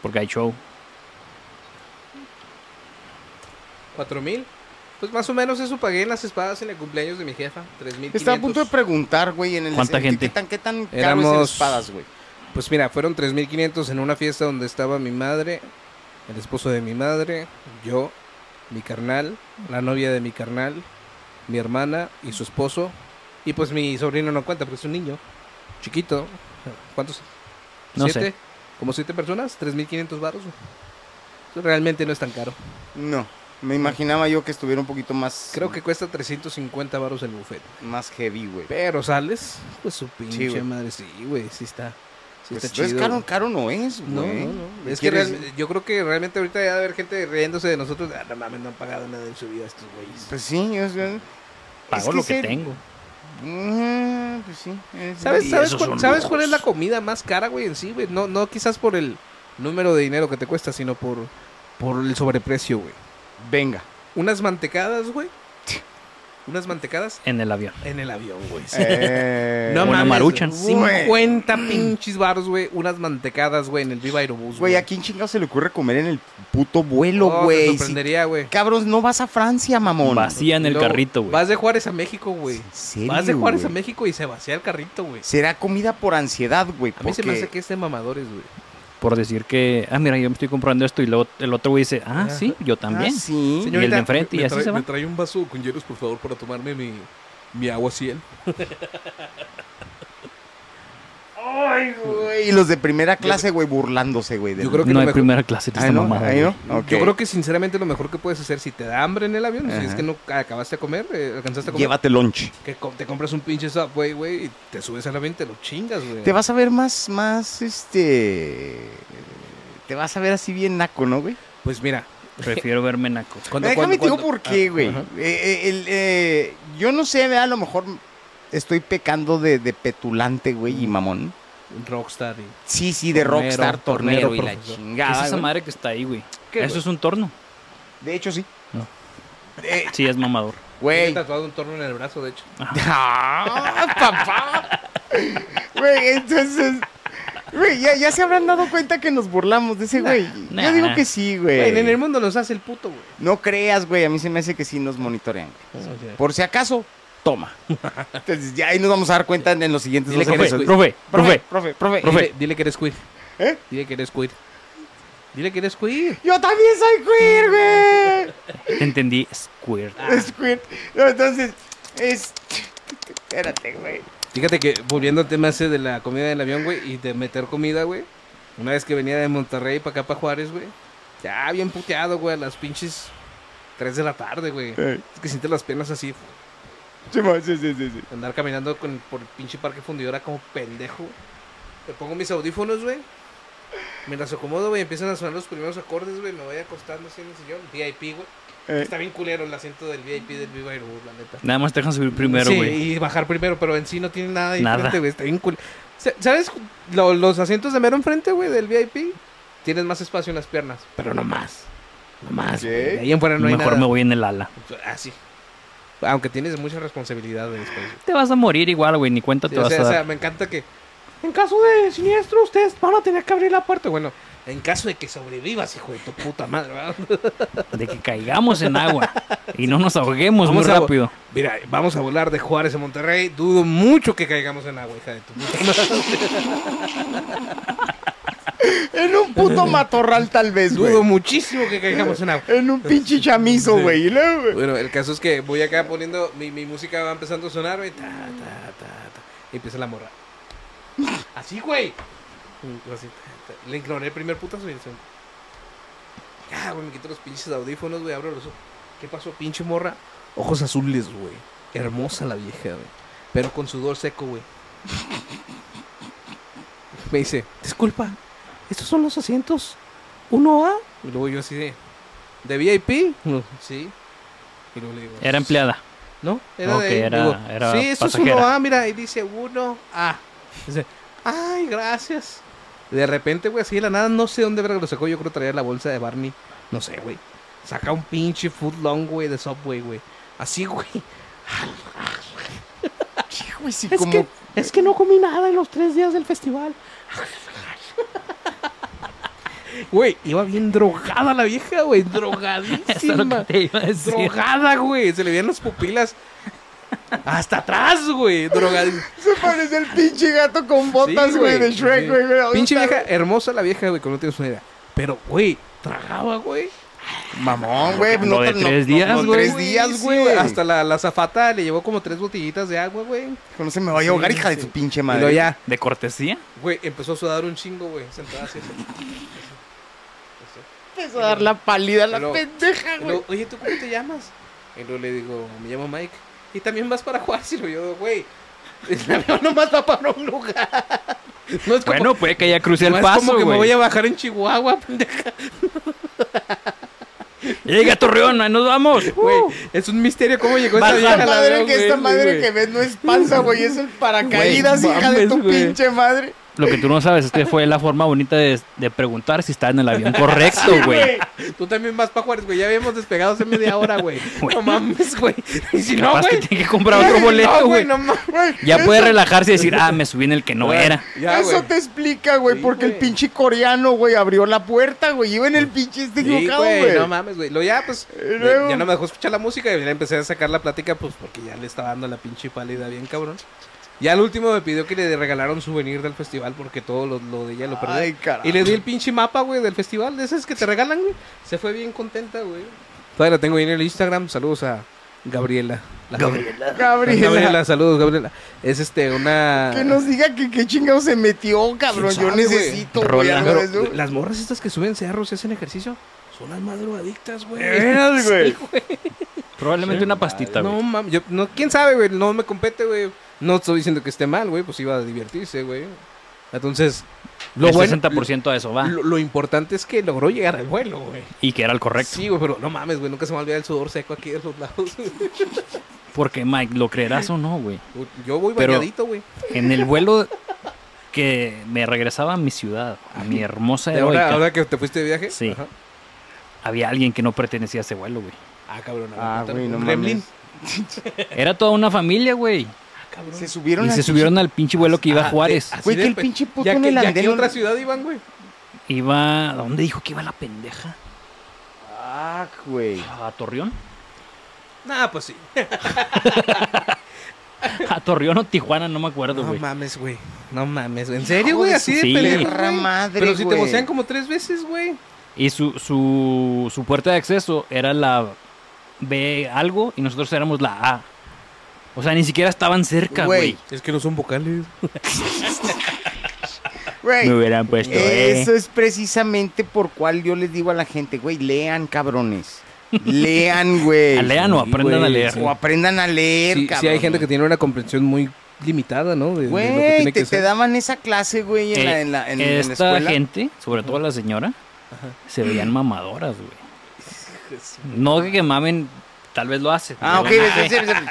S4: Porque hay show.
S3: ¿Cuatro mil? Pues más o menos eso pagué en las espadas en el cumpleaños de mi jefa. Tres mil
S2: Estaba a punto de
S3: quinientos.
S2: preguntar, güey, en el.
S4: ¿Cuánta
S2: en-
S4: gente?
S2: ¿Qué tan, qué tan caro es en
S3: Éramos-
S2: espadas, güey?
S3: Pues mira, fueron tres mil quinientos en una fiesta donde estaba mi madre, el esposo de mi madre, yo, mi carnal, la novia de mi carnal, mi hermana y su esposo. Y pues mi sobrino no cuenta porque es un niño. Chiquito. ¿Cuántos?
S4: No
S3: ¿Siete?
S4: sé.
S3: Como siete personas, 3.500 baros. güey. Eso Realmente no es tan caro.
S2: No. Me imaginaba yo que estuviera un poquito más.
S3: Creo que cuesta 350 baros el buffet.
S2: Más heavy, güey.
S3: Pero sales, pues su pinche
S2: güey.
S3: madre, sí, güey, sí está. Sí
S2: Pues,
S3: está
S2: no es
S3: chido.
S2: caro, caro no es, güey.
S3: No, no, no. Es que
S2: ¿Quieres-
S3: real- yo creo que realmente ahorita debe haber gente riéndose de nosotros. Ah, no mames, no han pagado nada en su vida estos güeyes.
S2: Pues sí, es, es
S4: Pago
S2: que
S4: lo que
S2: ser-
S4: tengo.
S2: Mm, pues sí. es-
S3: ¿Sabes,
S4: Y
S3: sabes,
S4: esos
S3: cuál,
S4: son
S3: sabes cuál es
S4: lujos.
S3: la comida más cara, güey, en sí, güey? No, no quizás por el número de dinero que te cuesta, sino por, por el sobreprecio, güey. *laughs*
S2: Venga.
S3: Unas mantecadas, güey. Unas mantecadas
S4: En el avión.
S3: en el avión, güey.
S2: Eh,
S4: No, Una
S3: mames,
S4: maruchan.
S3: güey.
S2: Güey.
S3: 50 pinches baros, güey. Unas mantecadas, güey, en el Viva Aerobús,
S2: Güey, ¿a quién chingado se le ocurre comer en el puto vuelo,
S3: Oh, te
S2: güey? Si-
S3: sorprendería, güey.
S2: cabros, no vas a Francia, mamón.
S4: Vacía en el
S3: Luego,
S4: carrito, güey.
S3: Vas de Juárez a México, güey.
S2: ¿En serio,
S3: Vas de Juárez
S2: güey?
S3: a México y se vacía el carrito, güey.
S2: Será comida por ansiedad, güey.
S3: A mí se me
S2: porque-
S3: hace que es de mamadores, güey.
S4: Por decir que, ah, mira, yo me estoy comprando esto. Y luego el otro güey dice, ah,
S3: Ajá.
S4: sí, yo también.
S2: Ah, sí.
S4: ¿Mm? Y el de enfrente, y
S3: me
S4: así
S3: trae-
S4: se va.
S3: me trae un vaso con hielos, por favor, para tomarme mi, mi agua ciel.
S2: Ay, güey, Y los de primera clase, güey, burlándose, güey. de
S3: Yo
S2: la-
S3: creo que
S4: no
S3: lo
S4: hay
S3: mejor-
S4: primera clase de
S2: Ahí
S4: esta
S2: no,
S4: mamada.
S2: ahí
S4: güey.
S2: no. Ok.
S3: Yo creo que sinceramente lo mejor que puedes hacer si te da hambre en el avión, si es
S2: Ajá.
S3: que no acabaste de comer, eh, alcanzaste a comer,
S2: Llévate lunch.
S3: que co- te compras un pinche subway, güey, y te subes al avión y te lo chingas, güey.
S2: Te vas a ver más, más, este... Te vas a ver así bien naco, ¿no, güey?
S3: Pues mira,
S4: Prefiero verme naco.
S3: cuando-
S2: Déjame te
S3: cuando-
S2: digo
S3: cuando-
S2: por qué,
S3: Ah,
S2: güey.
S3: ajá.
S2: Eh, eh, el, eh, yo no sé, vea, a lo mejor estoy pecando de, de petulante, güey, y mamón.
S3: ah, Rockstar y...
S2: Sí, sí, de
S3: Tornero,
S2: rockstar, tornero,
S3: tornero,
S2: y la
S3: profesor.
S4: ¿Qué
S2: chingada.
S4: es esa
S2: güey.
S4: madre que está ahí, güey?
S3: ¿Qué,
S4: Eso
S3: güey?
S4: es un torno.
S2: De hecho, sí.
S4: No.
S2: Eh,
S4: Sí, es mamador.
S2: Güey.
S3: Tiene tatuado un torno en el brazo, de hecho.
S2: *laughs* ¡Ah, papá! Güey, entonces... Güey, ya, ya se habrán dado cuenta que nos burlamos de ese güey.
S4: nah.
S2: Yo digo que sí, güey.
S3: Güey, en el mundo nos hace el puto, güey.
S2: No creas, güey, a mí se me hace que sí nos monitorean. güey. Por si acaso,
S3: *laughs*
S2: toma. Entonces, ya ahí nos vamos a dar cuenta en, en los siguientes
S3: Dile
S2: dos
S3: que eres,
S2: episodios.
S4: Profe,
S2: Profe,
S4: profe.
S2: profe, profe.
S3: Dile, dile que eres queer.
S2: ¿Eh?
S3: Dile que eres queer. Dile que eres queer.
S2: Yo también soy queer,
S4: Te entendí, Squirt.
S3: Ah.
S2: güey. Es *laughs* queer. No, entonces, es. Espérate, güey.
S3: Fíjate que volviendo al tema ese de la comida del avión, güey, y de meter comida, güey. Una vez que venía de Monterrey para acá, para Juárez, güey. Ya bien puteado, güey, a las pinches 3 de la tarde, güey.
S2: Eh,
S3: Es que sientes las piernas así,
S2: Simón, Sí, sí, sí, sí.
S3: andar caminando con, por el pinche parque fundidora como pendejo. Me pongo mis audífonos, güey. Me las acomodo, güey. Empiezan a sonar los primeros acordes, güey. Me voy acostando así en el sillón. VIP, güey.
S2: Eh.
S3: Está bien culero el asiento del VIP del Viva Aerobús, la neta.
S4: Nada más te dejan subir primero,
S3: sí,
S4: güey.
S3: y bajar primero, pero en sí no tiene nada
S4: Nada.
S3: diferente, güey. Está bien cool. Sa- ¿Sabes? Lo- los asientos de mero enfrente, güey, del VIP, tienes más espacio en las piernas, pero no más. No más.
S2: Ok.
S3: güey. De ahí en fuera no hay
S4: Mejor
S3: nada.
S4: me voy en el ala.
S3: Así. Aunque tienes mucha responsabilidad de después. güey.
S4: Te vas a morir igual, güey. Ni cuenta
S3: Sí,
S4: te
S3: o,
S4: vas
S3: sea,
S4: a
S3: o
S4: dar.
S3: sea, me encanta que. En caso de siniestro, ustedes van a tener que abrir la puerta. Bueno, en caso de que sobrevivas, hijo de tu puta madre, ¿verdad? *laughs*
S4: De que caigamos en agua y no nos ahoguemos
S3: Vamos
S4: muy
S3: a-
S4: rápido.
S3: Mira, vamos a volar de Juárez a Monterrey. Dudo mucho que caigamos en agua, hija de tu puta madre.
S2: En un puto matorral, tal vez, güey.
S3: Dudo muchísimo que caigamos en agua.
S2: En un pinche chamizo,
S3: Sí.
S2: güey. y luego, güey.
S3: Bueno, el caso es que voy acá poniendo mi, mi música, va empezando a sonar, güey. Ta, ta, ta, ta, y empieza la morra. Así, güey. Mm, así, ta, ta. Le ignoré el primer putazo y el segundo. Ah, güey, me quito los pinches audífonos, güey. Abro los ojos. ¿Qué pasó, pinche morra? Ojos azules, güey. Hermosa la vieja, güey. Pero con sudor seco, güey. Me dice, disculpa, ¿estos son los asientos 1A? Y luego yo así de, ¿de VIP? Sí. Y luego le digo,
S4: Era empleada.
S3: no, era
S4: Ok,
S3: de ahí.
S4: era-
S3: Digo,
S4: era
S3: sí, eso
S4: pasajera.
S3: es uno A, mira, y dice uno A. Dice, ay, gracias. De repente, güey, así de la nada, no sé dónde verga lo sacó. Yo creo que traía la bolsa de Barney. No sé, güey. Saca un pinche food long, güey, de Subway, güey. Así, güey. es, que, es que no comí nada en los tres días del festival. *laughs* Güey, iba bien drogada la vieja, güey.
S4: Eso es lo que
S3: Drogadísima.
S4: te iba a decir.
S3: Drogada, güey. Se le veían las pupilas hasta atrás, güey. Drogada.
S2: Se parece el pinche gato con botas,
S3: Sí,
S2: güey, de Shrek,
S3: sí.
S2: güey. güey.
S3: Pinche
S2: Está-
S3: vieja, hermosa la vieja, güey, que no tienes una idea. Pero, güey, tragaba, güey.
S2: Mamón, güey.
S4: Lo de
S2: te-
S4: tres días,
S2: no,
S4: güey.
S2: tres días,
S3: Sí,
S2: güey.
S3: hasta la, la zafata le llevó como tres botellitas de agua, güey.
S2: No se me vaya a ahogar,
S3: Sí,
S2: hija de
S3: sí.
S2: tu pinche
S3: Y
S2: madre.
S3: luego ya,
S4: ¿De cortesía?
S3: güey, empezó a sudar un chingo, güey, sentada así.
S2: Empezó a dar la pálida a la
S3: Pero-
S2: pendeja,
S3: Y
S2: güey.
S3: luego, Oye, ¿tú cómo te llamas? Y luego le digo, me llamo Mike. Y también vas para Juárez. Y luego yo, güey, *laughs* el avión nomás va para un lugar. *laughs* No es como
S4: Bueno, puede que ya crucé el
S3: No es
S4: paso,
S3: como que me
S4: güey.
S3: voy a bajar en Chihuahua, *laughs* pendejo,
S4: Llega Torreón, ahí nos vamos.
S3: güey. Es un misterio cómo llegó esta vieja
S2: Esta
S3: al
S2: Uh. madre
S3: avión,
S2: que esta
S3: güey,
S2: madre
S3: güey.
S2: que ves no es panza, güey, es el paracaídas,
S3: Güey,
S2: hija de tu
S3: mames, güey.
S2: pinche madre.
S4: Lo que tú no sabes es que fue la forma bonita de, de preguntar si está en el avión correcto, güey.
S3: Tú también vas para Juárez, güey. Ya habíamos despegado hace media hora,
S4: *laughs*
S3: güey. No mames, güey. Y si no,
S4: Capaz que
S3: güey.
S4: tiene que comprar otro boleto,
S3: *laughs* No,
S4: güey.
S3: No mames.
S2: Güey,
S4: Ya
S2: eso-
S4: puede relajarse y decir, ah, me subí en el que no era.
S3: Ya,
S2: eso
S3: güey.
S2: te explica, güey,
S3: Sí,
S2: porque el
S3: güey.
S2: pinche coreano, güey, abrió la puerta, güey. Iba en el pinche este
S3: Sí,
S2: equivocado,
S3: güey,
S2: güey.
S3: no mames, güey. Lo ya, pues,
S2: Y luego-
S3: ya no me dejó escuchar la música y ya empecé a sacar la plática, pues, porque ya le estaba dando la pinche pálida bien cabrón. Ya al último me pidió que le regalara un souvenir del festival porque todo lo, lo de ella lo perdió.
S2: Ay, carajo.
S3: Y le di el pinche mapa, güey, del festival, de esas que te regalan, güey. Se fue bien contenta, güey. Todavía la tengo ahí en el Instagram. Saludos a Gabriela. La- Gabriela.
S2: Gabriela,
S3: saludos, Gabriela. Es este, una.
S2: Que nos diga que qué chingado se metió, cabrón.
S3: ¿Quién
S2: Yo
S3: sabe, güey?
S2: necesito, güey,
S4: Rola.
S2: algo
S3: Ah, Pero
S2: de eso.
S3: las morras estas que suben cerros y hacen ejercicio son las más drogadictas, güey.
S2: De veras, güey.
S4: Probablemente una pastita, güey.
S3: No, mami, yo, no, quién sabe, güey, no me compete, güey. No estoy diciendo que esté mal, güey, pues iba a divertirse, güey. Entonces, lo
S4: el
S3: bueno,
S4: 60% a eso va.
S3: lo, lo importante es que logró llegar al vuelo, güey.
S4: Y que era el correcto.
S3: Sí, güey, pero no mames, güey, nunca se me va a olvidar el sudor seco aquí de los lados. *laughs*
S4: Porque, Mike, lo creerás o no, güey.
S3: yo voy
S4: Pero-
S3: bañadito, güey.
S4: En el vuelo que me regresaba a mi ciudad, a mi
S3: Y
S4: hermosa
S3: Ahora,
S4: heroica,
S3: ahora que te fuiste de viaje.
S4: Sí.
S3: Ajá.
S4: había alguien que no pertenecía a ese vuelo, güey.
S3: Ah, cabrón.
S2: Ah,
S3: aguanta,
S2: güey, no
S3: un gremlin.
S4: Era toda una familia, güey.
S2: mames. Se subieron
S4: Y
S2: al
S4: se subieron al pinche vuelo que iba
S3: Ah,
S4: a Juárez.
S3: de- así
S2: Güey, que
S3: de
S2: el
S3: pe-
S2: pinche puto
S3: ya
S2: en
S3: que-
S2: el
S3: ya que
S2: andén.
S3: otra ciudad iban, güey.
S4: Iba. ¿A dónde dijo que iba la pendeja?
S2: Ah, güey.
S4: ¿A Torreón?
S3: Nah, pues sí.
S4: *laughs* A Torreón o Tijuana, no me acuerdo,
S3: No
S4: güey.
S3: mames, güey. No mames. ¿En serio, güey?
S2: de
S3: Así
S4: su-
S3: de
S4: sí.
S3: pendejo,
S2: Perra
S3: güey.
S2: madre,
S3: Pero si te
S2: güey.
S3: vocean como tres veces, güey.
S4: Y su, su, su puerta de acceso era la B algo y nosotros éramos la A. O sea, ni siquiera estaban cerca,
S2: Güey,
S4: güey.
S3: Es que no son vocales.
S2: Güey.
S4: Me hubieran puesto, eh.
S2: Eso es precisamente por cual yo les digo a la gente, güey, lean, cabrones. Lean, güey.
S4: A lean o
S3: sí, *laughs*
S4: aprendan
S3: güey,
S4: a leer.
S3: sí.
S2: O aprendan a leer,
S3: Sí,
S2: cabrón.
S3: sí hay gente que tiene una comprensión muy limitada, ¿no? De, de lo que
S2: Güey,
S3: tiene
S2: te,
S3: que
S2: te
S3: ser.
S2: daban esa clase, güey, en la, en la, en- en la
S4: Eh, Esta
S2: escuela.
S4: gente, sobre todo la señora, se veían mamadoras, güey. No que- que mamen, tal vez lo hacen.
S2: Ah, ok.
S4: pero
S2: sí, sí, sí.
S4: Se,
S3: También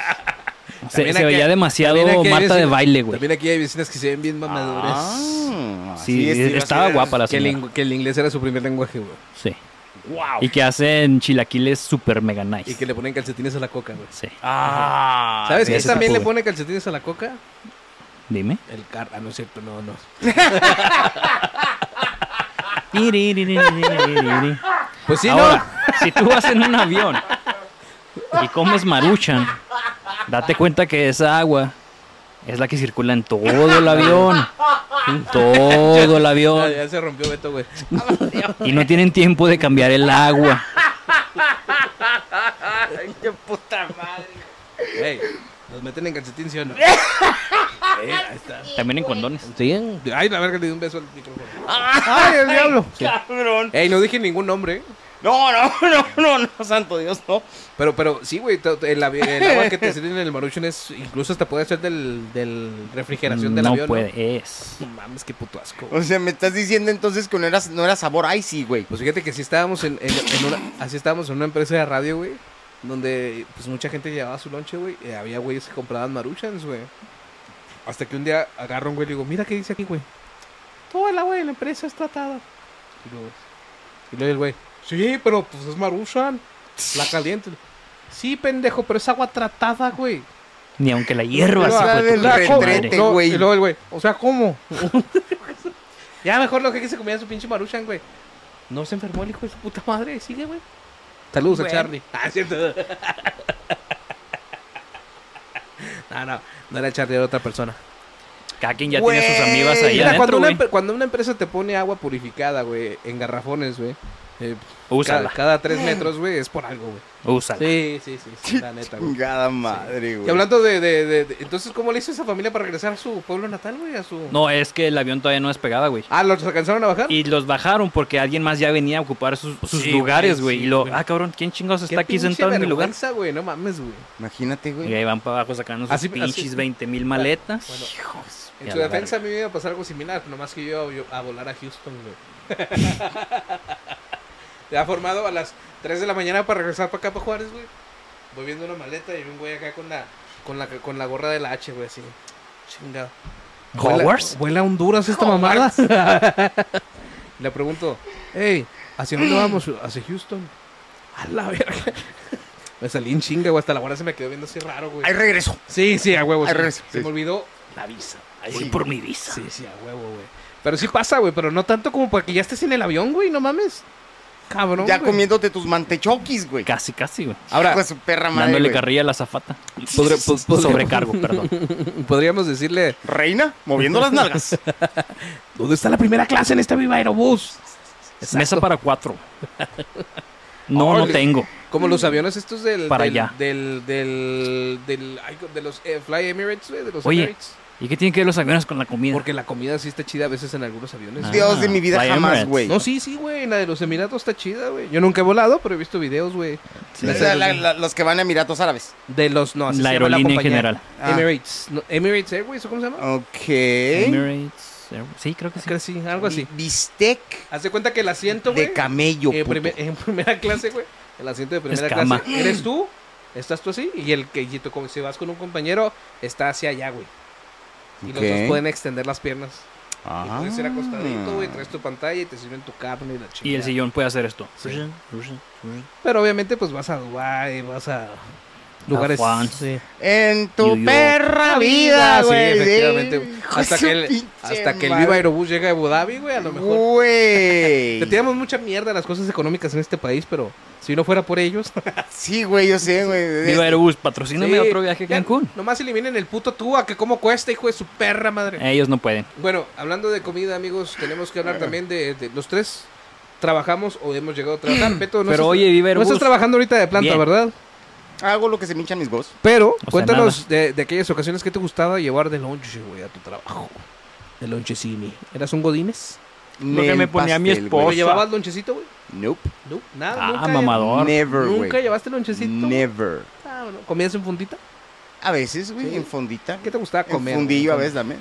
S4: se
S3: aquí-
S4: veía demasiado
S3: también aquí hay
S4: Marta de
S3: vecinas-
S4: baile, güey.
S3: También aquí hay vecinas que se ven bien mamadoras.
S2: Ah,
S4: Sí,
S2: así es, iba a
S4: estaba
S2: ser.
S4: guapa la
S3: que, el,
S4: señora.
S3: ing- que el inglés era su primer lenguaje, güey.
S4: Sí. Y que hacen chilaquiles super mega nice.
S3: Y que le ponen calcetines a la coca, güey.
S4: Sí.
S2: Ah,
S3: ¿Sabes
S2: de
S3: quién
S2: ese
S3: también
S2: tipo,
S3: le
S2: güey.
S3: pone calcetines a la coca?
S4: Dime.
S3: El car... Ah, no es cierto, no, no. Pues sí,
S4: Ahora, si tú vas en un avión y comes maruchan, date cuenta que esa agua es la que circula en todo el avión. En todo el
S3: ¿no? Ah,
S4: avión.
S3: ya se rompió Beto, güey.
S4: Y no tienen tiempo de cambiar el agua.
S3: Ey, nos meten en calcetines, ¿sí
S4: *laughs*
S3: o no? Eh,
S4: También en condones.
S3: Sí. Ay, la verga, le di un beso al micrófono. ¡Ay, el diablo!
S2: Cabrón.
S3: Ey, no dije ningún nombre, ¿eh?
S2: No, no, no, no, no, santo Dios, no.
S3: Pero, pero sí, güey, to- el, avi- el agua que te sirven en el Maruchan es incluso hasta puede ser del, del refrigeración del
S4: no
S3: avión.
S4: puede, es.
S3: No mames, qué puto asco. güey.
S2: O sea, me estás diciendo entonces que no era, no era sabor icy, güey.
S3: Pues fíjate que sí estábamos en, en- en una, así estábamos en una empresa de radio, güey, donde pues mucha gente llevaba su lonche, güey, y había güeyes que compraban Maruchans, güey. Hasta que un día agarro a un güey y le digo, mira qué dice aquí, güey. Todo el agua de la empresa es tratada. Y luego, y luego el güey, sí, pero pues es Maruchan, la caliente. Sí, pendejo, pero es agua tratada, güey.
S4: Ni aunque la hierba
S3: Pero,
S4: se
S3: ah,
S4: fue tu
S2: del
S4: pinche
S3: ¿cómo?
S4: madre.
S2: retrete.
S3: No,
S2: güey.
S3: Y luego el güey, o sea, ¿cómo? *laughs* ya mejor lo que se comía su pinche maruchan, güey. No se enfermó el hijo de su puta madre, sigue, güey. Saludos a Charlie. *laughs* Ah, cierto. no, no, no era Charlie, era otra persona.
S4: Cada quien ya
S2: Güey.
S4: tiene sus amigas ahí
S3: Mira, cuando,
S4: adentro,
S3: una,
S4: güey.
S3: empre- cuando una empresa te pone agua purificada, güey, en garrafones, güey. eh, cada,
S4: Úsala,
S3: cada tres metros, güey, es por algo, güey.
S4: úsala.
S3: Sí, sí, sí, sí, la neta, güey.
S2: Chingada madre, güey.
S3: Y hablando de, de- de- de- Entonces, ¿cómo le hizo esa familia para regresar a su pueblo natal, güey? A su...
S4: No, es que el avión todavía no despegaba, güey.
S3: Ah, ¿los alcanzaron a bajar?
S4: Y los bajaron porque alguien más ya venía a ocupar sus, sus
S3: Pues Sí,
S4: lugares,
S3: güey,
S4: güey.
S3: sí,
S4: y lo,
S3: güey.
S4: ah, cabrón, ¿quién chingados
S3: Qué
S4: está aquí
S3: pinche
S4: sentado en mi lugar?
S3: vergüenza, güey, no mames, güey.
S2: Imagínate,
S4: Y
S2: güey.
S4: ahí van para abajo sacando sus
S3: Así- así-
S4: pinches 20 mil maletas.
S3: Bueno,
S4: Y
S3: en
S4: a
S3: su
S4: la
S3: defensa a mí me iba a pasar algo similar, pero nomás que yo iba a, a volar a Houston, güey.
S4: *laughs*
S3: Te ha formado a las 3 de la mañana para regresar para acá para Juárez, güey. Voy viendo una maleta y vi un güey acá con la con la con la gorra de la H, güey, así. Chingado. Vuela-
S4: ¿Hogwarts?
S3: Vuela a Honduras esta mamada. *laughs* Le pregunto, hey, ¿hacia dónde vamos? ¿Hacia Houston? A la verga. *laughs* Me salí en chinga, güey. Hasta la guardia se me quedó viendo así raro, güey.
S2: Ahí regreso.
S3: Sí, sí, a huevo.
S2: Al
S3: sí.
S2: revés,
S3: Se
S2: sí.
S3: me olvidó la visa. Ahí
S4: Voy
S3: sí.
S4: por mi visa.
S3: Sí, sí, a huevo, güey. Pero sí pasa, güey, pero no tanto como para que ya estés en el avión, güey, no mames. Cabrón.
S2: Ya
S3: güey.
S2: comiéndote tus mantechoquis, güey.
S4: Casi, casi, güey.
S2: Ahora, pues su perra madre.
S4: Dándole
S2: güey.
S4: carrilla a
S3: *laughs*
S4: la zafata.
S3: Podré-
S4: *laughs*
S3: pod- podré-
S4: Sobrecargo, perdón.
S3: Podríamos decirle,
S2: Reina, moviendo las nalgas.
S3: ¿dónde *laughs* está la primera clase en este Viva Aerobús?
S4: Mesa
S3: *laughs*
S4: para cuatro. No, no
S3: Órale.
S4: tengo.
S3: Como
S2: Mm.
S3: los aviones estos del.
S4: Para
S3: del,
S4: allá.
S3: Del. del. del- ay, de los eh, Fly Emirates, güey, de los
S4: Oye.
S3: Emirates.
S4: ¿Y qué tienen que ver los aviones con la comida?
S3: Porque la comida sí está chida a veces en algunos aviones.
S4: Ah.
S2: Dios de mi vida
S4: Fly
S2: jamás,
S4: Emirates.
S2: güey.
S3: No, sí, sí, güey. La de los Emiratos está chida, güey. Yo nunca he volado, pero he visto videos, güey.
S2: O sea, la- la- los que van a Emiratos Árabes.
S3: De los. No, así
S4: la
S3: se llama
S4: aerolínea en
S3: compañía.
S4: general. Ah.
S2: Ah.
S3: Emirates. no, Emirates Airways, ¿o ¿cómo se llama?
S2: Ok.
S3: ¿Eh?
S4: Emirates. Air- Sí, creo que sí.
S3: Creo que sí, algo
S4: Mm.
S3: así.
S2: Bistec
S3: Haz de cuenta que el asiento, güey.
S2: de camello,
S3: eh,
S2: puto.
S3: prime- en primera clase, güey. El asiento de primera
S4: Escama.
S3: clase. Eres tú, estás tú así, y el que y tú, como si vas con un compañero, está hacia allá, güey. Y los
S2: Ok.
S3: dos pueden extender las piernas. Y
S2: Ah.
S3: puedes ir acostadito, güey, traes tu pantalla y te sirven tu carne y la chingada.
S4: Y el sillón puede hacer esto.
S3: Pero obviamente, pues vas a Dubai, vas a lugares.
S4: Juan.
S3: Sí.
S2: En
S4: New
S2: tu
S4: York.
S2: perra vida,
S3: Sí,
S2: güey.
S3: efectivamente. güey.
S2: Hijo de
S3: Hasta
S2: su
S3: que el,
S2: pinche
S3: hasta que el
S2: madre.
S3: Viva Aerobús llega a Abu Dhabi, güey, a lo mejor.
S2: Güey.
S3: Le tiramos mucha mierda a las cosas económicas en este país, pero si no fuera por ellos.
S4: *laughs*
S2: Sí, güey, yo sé, güey.
S4: Viva Aerobús, patrocíname
S3: Sí,
S4: otro viaje a
S3: ya,
S4: Cancún.
S3: Nomás eliminen el puto Tua, que cómo cuesta, hijo de su perra madre.
S4: Ellos no pueden.
S3: Bueno, hablando de comida, amigos, tenemos que hablar también de, de- los tres. Trabajamos o hemos llegado a
S4: *clears throat*
S3: trabajar. Beto, no
S4: Pero
S3: estás-
S4: oye, Viva
S3: No estás
S4: Aerobús.
S3: trabajando ahorita de planta,
S4: Bien.
S3: ¿verdad?
S2: Hago lo que se me hinchan mis voz.
S3: Pero
S4: sea,
S3: cuéntanos de, de aquellas ocasiones que te gustaba llevar de lonche, güey, a tu trabajo. De lonchecini. ¿eras un godines?
S4: Lo que me ponía mi
S3: ¿Pero
S4: Osa.
S3: llevabas lonchecito, güey?
S2: Nope.
S3: No, nada,
S4: Ah,
S3: nunca.
S4: mamador.
S2: Never, güey.
S3: ¿Nunca llevaste lonchecito?
S2: Never.
S3: Ah, bueno, ¿Comías en fundita?
S2: A veces, güey,
S3: Sí.
S2: en fondita.
S3: ¿Qué te gustaba
S2: En
S3: comer?
S2: fundillo a
S3: güey?
S2: veces también.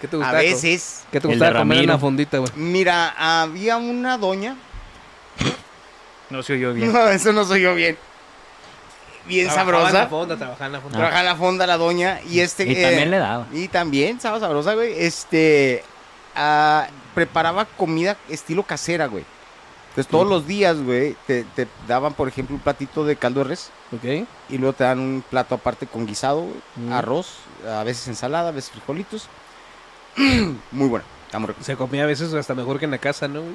S3: ¿Qué te
S2: A
S3: gustaba, co-
S2: veces.
S3: ¿Qué te
S4: El de
S3: gustaba comer en la
S4: Ramiro.
S3: fondita, güey?
S2: Mira, había una doña.
S4: No se oyó
S2: *laughs*
S4: bien.
S2: No, eso no soy yo bien. Bien
S3: Trabajaba en la
S2: sabrosa.
S3: fonda, Ah. trabajaba en la fonda.
S2: Trabaja en la fonda la doña y este...
S4: Y
S2: eh,
S4: también le daba.
S2: Y también, estaba sabrosa, güey. Este. ah, preparaba comida estilo casera, güey. Entonces todos los días, güey, te, te daban, por ejemplo, un platito de caldo de res
S3: Ok.
S2: y luego te dan un plato aparte con guisado, güey,
S3: Mm.
S2: arroz, a veces ensalada, a veces frijolitos. *clears throat* Muy bueno, está muy rico.
S3: Se comía a veces hasta mejor que en la casa, ¿no, güey?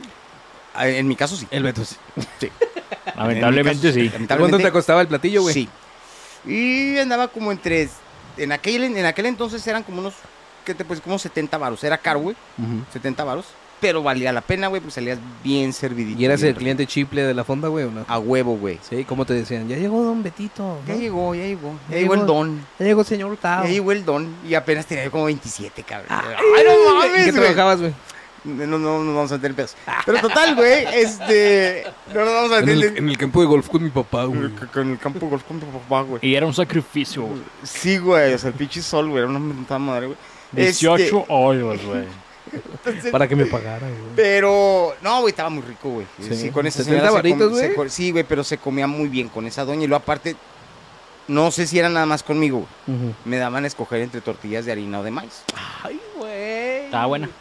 S2: Ah, En mi caso sí.
S3: El Beto, sí.
S4: Lamentablemente sí.
S3: ¿Cuánto te
S2: Lamentablemente,
S3: costaba el platillo, güey?
S2: sí. Y andaba como entre en aquel en aquel entonces eran como unos ¿qué te pues como 70 varos, era caro, güey. 70 varos, pero valía la pena, güey, pues salías bien servidito.
S3: ¿Y eras
S2: bien
S3: el cliente chiple de la fonda, güey, o no?
S2: rico. a huevo, güey.
S3: Sí, ¿cómo te decían? Ya llegó Don Betito.
S2: Ah. Ya
S3: ¿no?
S2: llegó, ya llegó. Ya,
S3: Ya
S2: llegó el
S3: llegó.
S2: don.
S3: Ya llegó el señor
S2: Ya
S3: Hurtado.
S2: llegó el don. Y apenas tenía yo como 27, cabrón. Ay, no
S3: ¿En qué
S2: mames, güey.
S3: trabajabas, güey?
S2: No, no, no nos vamos a meter en pedos. Pero total, güey, este. No nos vamos a
S3: En
S2: meter
S3: el,
S2: en-
S3: en el campo de golf con mi papá, güey.
S2: Con el campo de golf con tu papá, güey.
S4: Y era un sacrificio. güey.
S2: Sí, güey, o sea, el pinche sol, güey, era una mentada madre, güey.
S4: 18
S2: Este,
S4: hoyos, güey.
S2: entonces-
S3: Para que me pagara, güey.
S2: Pero, no, güey, estaba muy rico, güey. Sí,
S3: Sí.
S2: con esa
S3: 70
S2: señora se
S3: varitos,
S2: com- se
S3: güey.
S2: co- Sí, güey, pero se comía muy bien con esa doña. Y luego, aparte, no sé si era nada más conmigo. güey.
S3: Ujú.
S2: Me daban a escoger entre tortillas de harina o de maíz.
S3: Ay, güey.
S4: Estaba buena.
S2: Sí.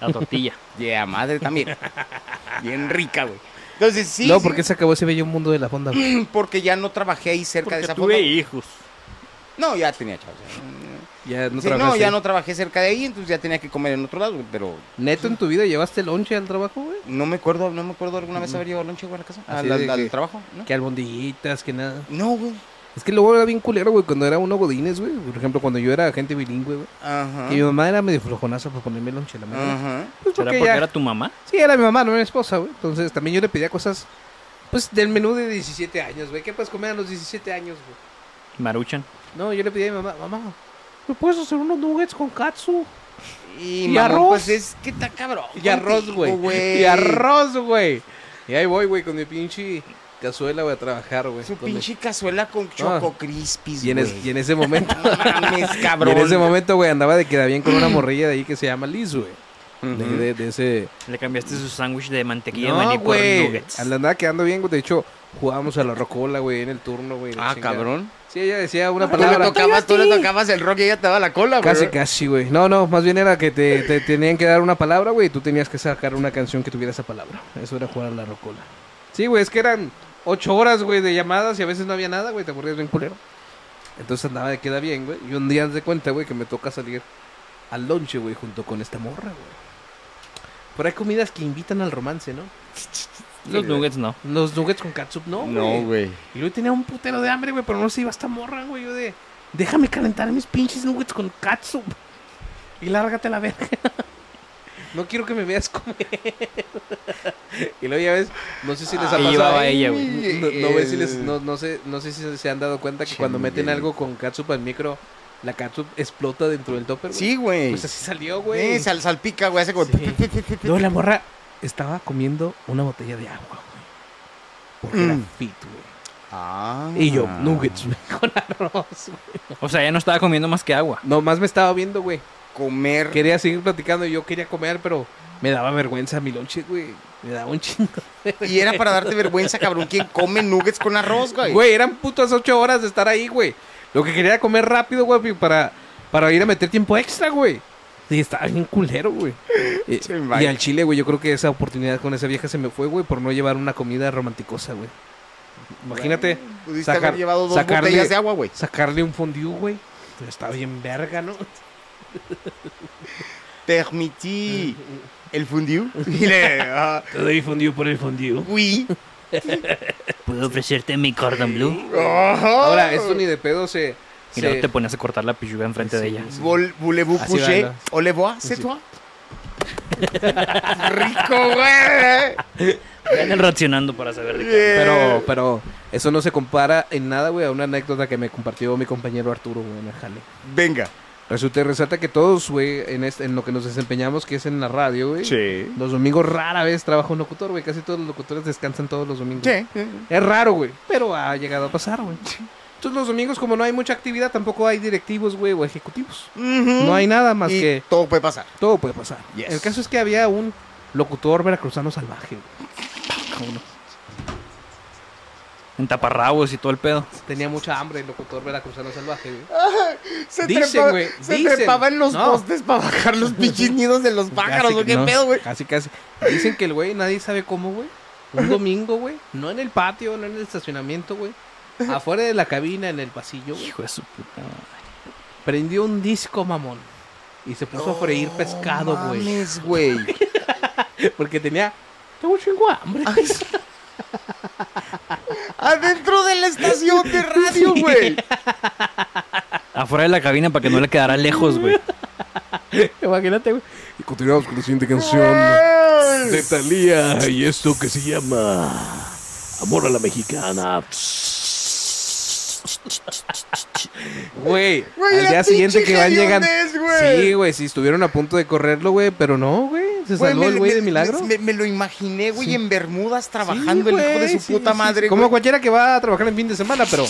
S4: La tortilla.
S2: Yeah, madre también.
S3: *laughs*
S2: bien rica, güey. Entonces, sí,
S3: no,
S2: sí,
S3: porque se acabó ese bello mundo de la fonda, güey.
S2: *clears throat* porque ya no trabajé ahí cerca de
S4: Porque
S2: esa
S4: tuve
S2: fonda.
S4: *laughs* hijos.
S2: No, ya tenía chavos. ya.
S3: Ya no
S2: Sí, No,
S3: trabajaste.
S2: ya no trabajé cerca de ahí, entonces ya tenía que comer en otro lado, güey, pero
S3: ¿Neto en tu vida llevaste lonche al trabajo, güey?
S2: No me acuerdo, no me acuerdo alguna vez haber llevado lonche güey, a la casa,
S3: Así
S2: al, al-
S3: de
S2: al
S3: que-
S2: trabajo, ¿no?
S3: Que albondiguitas, que nada.
S2: No, güey.
S3: Es que luego era bien culero, güey, cuando era uno godines, güey. Por ejemplo, cuando yo era gente bilingüe, güey.
S2: Ajá.
S3: Que mi mamá era medio flojonaza para ponerme lonche a la madre.
S2: Ajá.
S3: Pues
S4: ¿Será
S3: porque
S4: porque
S3: ya-
S4: era tu mamá?
S3: Sí, era mi mamá, no era mi esposa, güey. Entonces también yo le pedía cosas, pues, del menú de 17 años, güey. ¿Qué puedes comer a los 17 años, güey?
S4: Maruchan.
S3: No, yo le pedí a mi mamá, mamá, ¿me puedes hacer unos nuggets con katsu?
S2: Y,
S3: ¿Y
S2: mamón,
S3: arroz?
S2: pues es que está cabrón.
S3: Y arroz,
S2: contigo,
S3: güey. Y arroz, güey. Y ahí voy, güey, con mi pinche cazuela, voy a trabajar, güey.
S2: Su
S3: Con mi-
S2: pinche cazuela con choco crispies,
S3: Ah. Y en, es-
S2: güey.
S3: y en ese momento,
S2: No mames,
S3: *laughs* y
S2: cabrón.
S3: en ese momento, güey, andaba de queda bien con una morrilla de ahí que se llama Liz, güey.
S2: Ujú.
S3: De, de- de ese...
S4: Le cambiaste su sándwich de mantequilla de
S3: No,
S4: maní por
S3: güey.
S4: nuggets.
S3: Anda- Andaba quedando bien, güey. De hecho, jugábamos a la rocola, güey, en el turno, güey. la
S2: Ah,
S3: chingada.
S2: cabrón.
S3: Sí, ella decía una
S2: Tú le
S3: palabra.
S2: tocabas, tú le tocabas el rock y ella te daba la cola, güey.
S3: Casi, casi, güey. No, no, más bien era que te, te tenían que dar una palabra, güey, y tú tenías que sacar una canción que tuviera esa palabra. Eso era jugar a la rocola. Sí, güey, es que eran ocho horas, güey, de llamadas y a veces no había nada, güey, te aburrías bien culero. Entonces andaba de queda bien, güey. Y un día haz de cuenta, güey, que me toca salir al lonche, güey, junto con esta morra, güey. Pero hay comidas que invitan al romance, ¿no?
S4: Los nuggets no.
S3: Los nuggets con catsup, no, güey.
S2: No, güey.
S3: Y luego tenía un putero de hambre, güey, pero no se iba hasta morra, güey. Yo de, déjame calentar mis pinches nuggets con katsup. Y lárgate a la verga. *laughs* No quiero que me veas comer. *laughs* Y luego ya ves, no sé si les ha
S4: Ahí
S3: pasado.
S4: llevaba ella, güey.
S3: No, no ves si les, no, no sé, no sé si se han dado cuenta que cuando meten algo con katsup al micro, la katsup explota dentro del topper, güey.
S2: Sí, güey.
S3: Pues así salió,
S2: Eh,
S3: güey.
S2: sal- salpica, güey, hace *laughs* como-
S3: No, la morra estaba comiendo una botella de agua, güey. Porque era fit, güey.
S2: Ah.
S3: Y yo, nuggets, *laughs* güey, con arroz,
S4: O sea, ya no estaba comiendo más que agua.
S3: Nomás me estaba viendo, güey.
S2: Comer.
S3: Quería seguir platicando y yo quería comer, pero me daba vergüenza mi lonche, güey. Me daba un chingo.
S2: Y era para darte vergüenza, cabrón. ¿Quién come nuggets con arroz, güey?
S3: Güey, eran putas ocho horas de estar ahí, güey. Lo que quería era comer rápido, güey, para, para ir a meter tiempo extra, güey. Y estaba bien culero, güey. Y,
S2: Sí,
S3: y
S2: vaya.
S3: al chile, güey, yo creo que esa oportunidad con esa vieja se me fue, güey, por no llevar una comida romanticosa, güey. Imagínate
S2: Pudiste
S3: sacar-
S2: haber llevado dos
S3: sacarle-
S2: botellas de agua, güey.
S3: sacarle un fondue, güey. Está bien verga, ¿no?
S2: permití el fundiu. *laughs* Y le, ah,
S3: Te doy fondue por el fondue.
S2: oui.
S4: ¿Puedo ofrecerte mi cordon blue?
S3: Ahora,
S2: Ah.
S3: esto ni de pedo se...
S4: Y
S3: se-
S4: luego te ponías a cortar la pichuga enfrente de ella.
S2: Vol- Voulez-vous
S3: Así
S2: coucher?
S3: baila.
S2: Olez-vous, c'est toi? Rico, güey.
S4: Vayan racionando para saber de qué.
S2: Eh.
S3: Pero, pero eso no se compara en nada, güey, a una anécdota que me compartió mi compañero Arturo, güey, en el jale.
S2: Venga.
S3: Resulta y resalta que todos, güey, en, este- en lo que nos desempeñamos, que es en la radio, güey.
S2: Sí.
S3: Los domingos rara vez trabaja un locutor, güey. Casi todos los locutores descansan todos los domingos.
S2: Sí.
S3: Es raro, güey. Pero ha llegado a pasar, güey. Entonces los domingos, como no hay mucha actividad, tampoco hay directivos, güey, o ejecutivos.
S2: Ujú.
S3: No hay nada más
S2: Mm. Y
S3: que
S2: Todo puede pasar.
S3: todo puede pasar.
S2: Yes.
S3: El caso es que había un locutor veracruzano salvaje. güey.
S4: En taparrabos y todo el pedo.
S3: Tenía mucha hambre el locutor veracruzano salvaje, güey.
S2: Se,
S3: Dicen,
S2: trepaba,
S3: güey,
S2: se
S3: dicen.
S2: trepaba en los
S3: No.
S2: postes para bajar los pinches nidos de los pájaros,
S3: Casi,
S2: ¿o qué
S3: no,
S2: pedo, güey?
S3: Casi, casi. Dicen que el güey, nadie sabe cómo, güey.
S2: *laughs*
S3: Un domingo, güey. No en el patio, no en el estacionamiento, güey. Afuera de la cabina, en el pasillo, güey.
S4: Hijo de su puta. madre.
S3: Prendió un disco mamón. Y se puso a freír pescado,
S2: No
S3: güey.
S2: mames, güey.
S3: Porque tenía. Tengo un chingo de hambre.
S2: Adentro de la estación de radio, güey.
S4: Afuera de la cabina para que no le quedara lejos, güey.
S3: *laughs* Imagínate, güey.
S8: Y continuamos con la siguiente canción de Talía y esto que se llama Amor a la Mexicana.
S3: Güey,
S2: Güey,
S3: al
S2: era
S3: día siguiente
S2: pinche
S3: que van llegando.
S2: hediondez, güey.
S3: Sí, güey, sí, estuvieron a punto de correrlo, güey, pero no, güey. Se
S2: Güey,
S3: salvó el güey de milagro.
S2: Me, me lo imaginé, güey, en Bermudas
S3: Sí,
S2: trabajando el hijo de
S3: güey,
S2: su
S3: sí,
S2: puta
S3: sí,
S2: madre.
S3: sí. Como
S2: güey.
S3: cualquiera que va a trabajar en fin de semana, pero.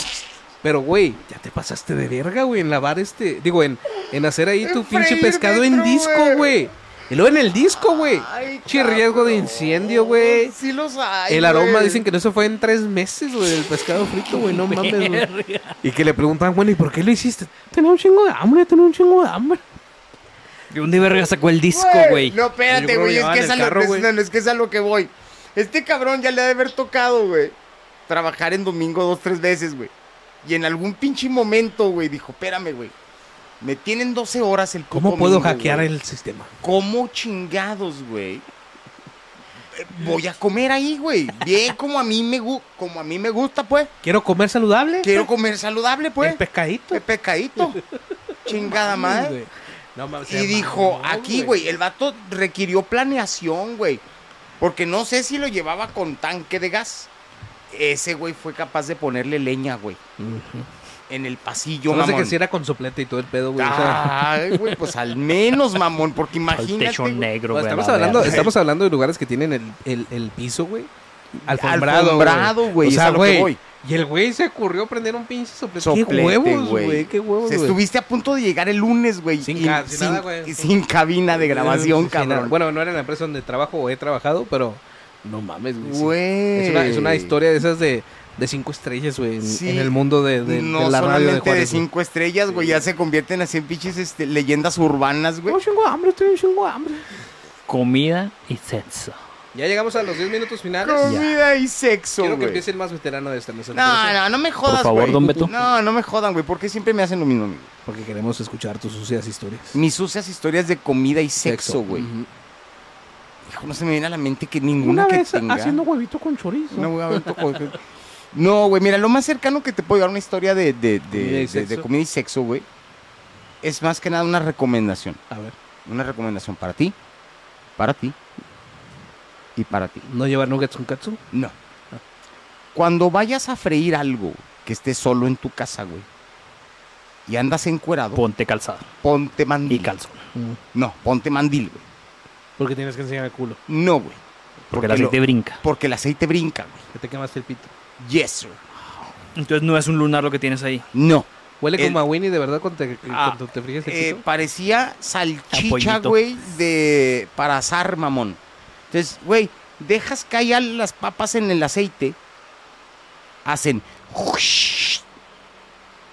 S3: Pero, güey, ya te pasaste de verga, güey, en lavar este. Digo, en, en hacer ahí tu
S2: En
S3: pinche
S2: freír
S3: pescado en
S2: dentro,
S3: disco, güey. Y luego en el disco, güey.
S2: Ay,
S3: Pinche riesgo de
S2: cabrón,
S3: incendio, güey.
S2: Sí los hay.
S3: el aroma,
S2: güey.
S3: dicen que no se fue en tres meses, güey, el pescado frito, güey, no mames, güey. Y que le preguntan, bueno, ¿y por qué lo hiciste? Tenía un chingo de hambre, tenía un chingo de hambre.
S4: ¿De dónde verga sacó el disco, güey?
S2: No,
S3: Yo
S2: espérate,
S3: creo
S2: güey.
S3: que
S2: Es,
S3: va
S2: que
S3: en
S2: es,
S3: el
S2: a lo-
S3: carro,
S2: es-
S3: güey.
S2: no, no, es que es a lo que voy. Este cabrón ya le ha de haber tocado, güey. Trabajar en domingo dos, tres veces, güey. Y en algún pinche momento, güey, dijo, espérame, güey. Me tienen 12 horas el
S3: ¿Cómo
S2: puto
S3: puedo
S2: domingo,
S3: hackear
S2: güey.
S3: el sistema?
S2: ¿Cómo chingados, güey? Eh, Voy a comer ahí, güey. Bien como a mí me gu- como a mí me gusta, pues.
S3: ¿Quiero comer saludable?
S2: Quiero comer saludable, pues.
S3: El pescadito.
S2: Pe- pescadito. Chingada madre.
S3: Güey. No mames, se
S2: Y dijo,
S3: mamó,
S2: aquí, güey, el vato requirió planeación, güey. Porque no sé si lo llevaba con tanque de gas. Ese güey fue capaz de ponerle leña, güey. En el pasillo,
S3: No sé
S2: mamón.
S3: que si era con soplete y todo el pedo, güey. o sea, *laughs*
S2: Ay, güey, pues al menos, mamón, porque
S4: Al
S2: imagínate.
S4: techo
S2: güey.
S4: negro,
S3: Bueno,
S4: güey.
S3: estamos,
S4: a la
S3: hablando,
S4: verga.
S3: estamos hablando de lugares que tienen el, el- el piso, güey. Alfombrado.
S2: Alfombrado, güey,
S3: O
S2: es
S3: sea,
S2: a lo que
S3: güey.
S2: voy.
S3: Y el güey se ocurrió prender un pinche soplete.
S2: Soplete,
S3: qué huevos,
S2: güey.
S3: güey. Qué huevos,
S2: Se
S3: güey.
S2: estuviste a punto de llegar el lunes, güey.
S3: Sin
S2: y
S3: ca- sin nada, güey.
S2: y sin cabina de grabación,
S3: Sí,
S2: cabrón.
S3: no, bueno, no era en la empresa donde trabajo o he trabajado, pero no mames, güey. sí.
S2: Güey.
S3: Es, una, es una historia de esas de, de cinco estrellas, güey, en,
S2: Sí.
S3: en el mundo de, de- de
S2: no
S3: la radio
S2: solamente
S3: de
S2: de,
S3: Juárez. güey.
S2: cinco estrellas, güey, ya se convierten así en pinches este, leyendas urbanas, güey.
S3: Tengo un chingo de hambre, estoy un chingo de hambre.
S4: Comida y sexo.
S3: Ya llegamos a los 10 minutos finales.
S2: Comida y sexo,
S3: Quiero que
S2: güey.
S3: empiece el más veterano de esta mesa. ¿le
S2: No,
S3: parece?
S2: no, no me jodas,
S4: favor,
S2: güey.
S4: don Beto.
S2: No, no me jodan, güey, porque siempre me hacen lo mismo. amigo.
S3: Porque queremos escuchar tus sucias historias.
S2: Mis sucias historias de comida y sexo,
S3: Sexo.
S2: güey. Hijo, no se me viene a la mente que ninguna que tenga.
S3: huevito con chorizo.
S2: No, güey, a ver, toco- No, güey, mira, lo más cercano que te puedo llevar una historia de, de- de-
S3: Comida y
S2: de- de
S3: sexo.
S2: comida y sexo, güey, es más que nada una recomendación.
S3: A ver,
S2: Una recomendación para ti, para ti y para ti.
S3: ¿no llevar nuggets con katsu?
S2: No. Cuando vayas a freír algo que esté solo en tu casa, güey, y andas encuerado,
S4: Ponte calzado
S2: ponte mandil.
S4: y calzón.
S2: no, ponte mandil, güey.
S3: Porque tienes que enseñar el culo.
S2: No, güey.
S4: Porque el aceite
S2: lo-
S4: brinca.
S2: porque el aceite brinca, güey.
S3: Que te quemaste el pito.
S2: Yes, sir.
S4: Entonces no es un lunar lo que tienes ahí.
S2: No.
S3: Huele
S2: El-
S3: como a Winnie de verdad cuando te,
S2: Ah,
S3: cuando te fríes el
S2: Eh,
S3: pito.
S2: parecía salchicha,
S4: Apoyito.
S2: güey, de para asar, mamón. Entonces, güey, dejas caer las papas en el aceite, hacen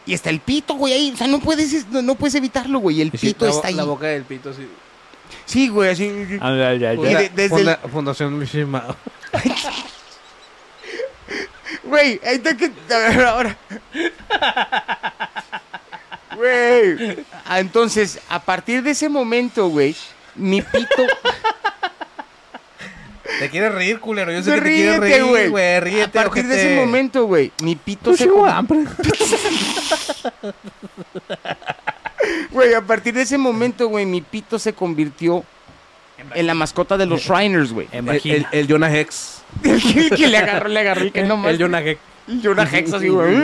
S2: y está el pito, güey, ahí, o sea, no puedes, no, no puedes evitarlo, güey, el
S3: Y sí,
S2: pito
S3: la, bo-
S2: está ahí.
S3: La boca del pito, sí.
S2: Sí, güey, así.
S4: Ah, ya, ya, ya.
S2: Y de- desde el-
S3: Fundación Mishima.
S2: Güey, ahí está que. A ver, ahora. Güey. Ah, Entonces, a partir de ese momento, güey, mi pito.
S3: Te quieres reír, culero. Yo sé
S2: No,
S3: que te quieres
S2: Pues ríete,
S3: reír,
S2: güey.
S3: güey. Ríete,
S2: a partir de ese
S3: ojete.
S2: momento, güey, mi pito
S3: Tú
S2: se.
S3: sí, güey,
S2: conv-
S3: hambre.
S2: *laughs* Güey, a partir de ese momento, güey, mi pito se convirtió en la mascota de los Shriners, güey.
S4: En
S3: El,
S4: vagina.
S3: el- el Jonah Hex.
S2: *laughs* El que- el que le agarró, le agarró, el que no más.
S3: El Jonah Hex.
S2: Y una hexa así, güey.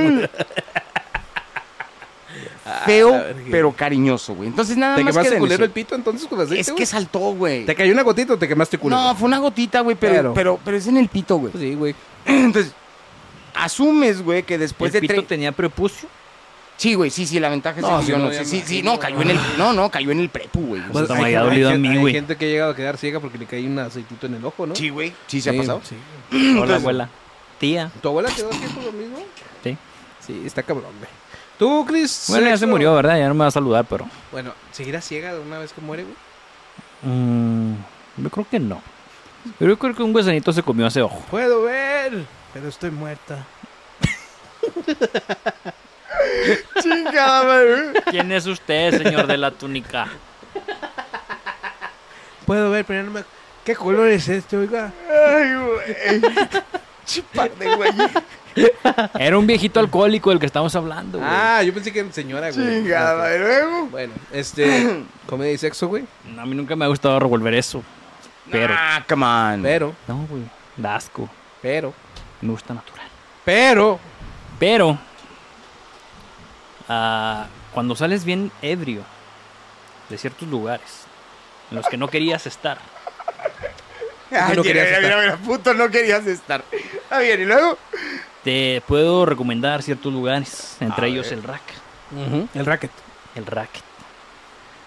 S2: Feo, pero cariñoso, güey. Entonces, nada
S3: Ah, ¿Te
S2: más. queda
S3: quemaste
S2: en
S3: culero el
S2: eso.
S3: pito entonces con aceite,
S2: Es
S3: güey?
S2: que saltó, güey.
S3: ¿Te cayó una gotita o te quemaste culero? Pues
S2: No, fue una gotita, güey, pero,
S3: Claro.
S2: pero, pero es en el pito, güey.
S3: Sí, güey.
S2: Entonces, asumes, güey, que después pues de
S4: ¿El pito
S2: tre- *clears throat*
S4: tenía prepucio?
S2: Sí, güey, sí, sí, la ventaja es
S3: No,
S2: que
S3: sí,
S2: yo
S3: no,
S2: no, Ah.
S3: ya
S2: sí,
S3: me
S2: sí, sí,
S3: imagino.
S2: no, cayó en el, no, no, cayó en el prepu, güey.
S3: hay
S4: Pues, me
S3: gente-
S4: había dolido
S3: hay
S4: a mí,
S3: gente-
S4: güey.
S3: Hay gente que ha llegado a quedar ciega porque le cae un aceitito en el ojo, ¿no?
S2: Sí, güey, sí se ha
S3: Sí,
S2: pasado.
S3: sí.
S4: Hola,
S2: Entonces-
S4: abuela. Tía.
S3: ¿Tu abuela quedó ciega por lo mismo?
S4: Sí.
S3: Sí, está cabrón, güey. ¿Tú, Chris?
S4: Bueno, ya se
S3: sexo?
S4: murió, ¿verdad? Ya no me va a saludar, pero...
S3: Bueno, ¿seguirá ciega de una vez que muere, güey?
S4: mm, yo creo que no. Pero yo creo que un huesanito se comió ese ojo.
S3: Puedo ver, pero estoy muerta.
S2: Chingada, madre.
S4: *laughs* ¿Quién es usted, señor de la túnica?
S3: Puedo ver, pero no me... ¿Qué color es este, oiga?
S2: Ay, *laughs* güey. Chipar de güey.
S4: Era un viejito alcohólico del que estamos hablando, güey.
S3: Ah, yo pensé que era señora, güey.
S2: Chingada,
S3: Ok.
S2: madre. Luego.
S3: Bueno, *coughs* este... Comedia y sexo, güey.
S4: No, a mí nunca me ha gustado revolver eso. Pero...
S2: Ah, come on.
S3: Pero,
S4: No, güey. Da asco.
S3: pero,
S4: Me gusta natural.
S3: pero...
S4: Pero... ah, cuando sales bien ebrio de ciertos lugares en los que no querías estar,
S2: Ay, mira,
S3: No querías
S2: mira,
S3: estar.
S2: mira, mira, puto, no querías estar. Está bien, y luego.
S4: te puedo recomendar ciertos lugares, entre
S2: A
S4: ellos
S2: ver.
S4: el rack.
S3: ¿Mm? El racket.
S4: El racket.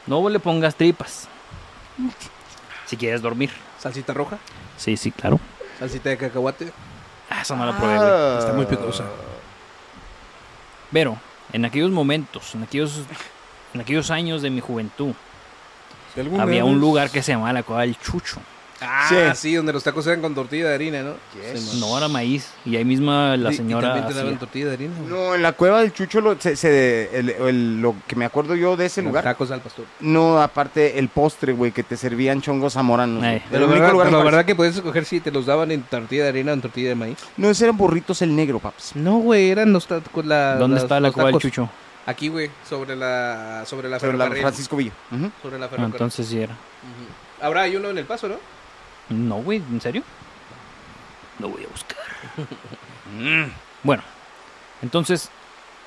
S4: No le pongas tripas. Si quieres dormir.
S3: Salsita roja,
S4: Sí, sí, claro.
S3: salsita de cacahuate.
S4: Ah, esa no la probé, güey.
S3: Está muy picosa.
S4: Pero, en aquellos momentos, en aquellos, en aquellos años de mi juventud,
S3: Si alguna
S4: había
S3: vez-
S4: un lugar que se llamaba la cueva del Chucho.
S3: Ah,
S2: Sí.
S3: sí. donde los tacos eran con tortilla de harina, ¿no? Sí,
S4: No era maíz. Y ahí misma la
S3: Y- y
S4: señora.
S3: también te daban
S4: hacía.
S3: tortilla de harina. güey.
S2: No, en la cueva del Chucho, lo, se- se- el- el- lo que me acuerdo yo de ese
S3: Los
S2: lugar,
S3: Tacos al pastor.
S2: no, aparte el postre, güey, que te servían chongos zamoranos. güey.
S4: Ay.
S2: Era
S3: Pero
S2: el
S3: la
S2: único
S3: verdad,
S2: lugar
S3: pero la
S2: en
S3: verdad que podías escoger si te los daban en tortilla de harina o en tortilla de maíz.
S2: No, ese eran burritos el negro, paps.
S3: No, güey, eran los tacos. La,
S4: ¿Dónde
S3: las-
S4: está la
S3: los
S4: cueva del
S3: tacos.
S4: Chucho?
S3: Aquí, güey, sobre la, sobre la
S2: Pero la
S3: ferrocarril.
S2: Francisco Villa. Ujú.
S3: Sobre la
S4: Ah,
S3: ferrocarril.
S4: entonces sí era.
S3: Ujú. Ahora hay uno en El Paso, ¿no?
S4: No, güey, ¿en serio? Lo voy a *laughs* buscar. Mm. bueno, entonces,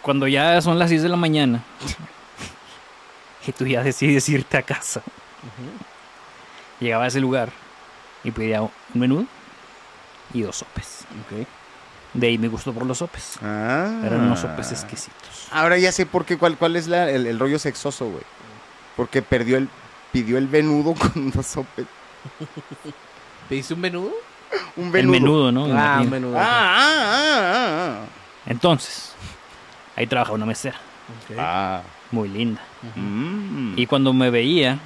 S4: cuando ya son las 6 de la mañana *laughs* y tú ya decides irte a casa, llegaba a ese lugar y pedía un menudo y dos sopes. De ahí me gustó por los sopes.
S2: Ah.
S4: Eran unos
S3: pues,
S4: sopes exquisitos.
S2: Ahora ya sé por qué, cuál, cuál es la- el, el rollo sexoso, güey. Porque perdió el, pidió el venudo *laughs* con dos sopes.
S3: ¿Pediste un menudo? Ah,
S2: Un
S4: El
S2: venudo.
S4: menudo, Ah, ¿no? Imagino.
S3: menudo.
S2: Ah, ah, ah,
S4: Entonces, ahí trabajaba una mesera
S2: ah. Ah.
S4: muy linda.
S2: Mm.
S4: Y cuando me veía,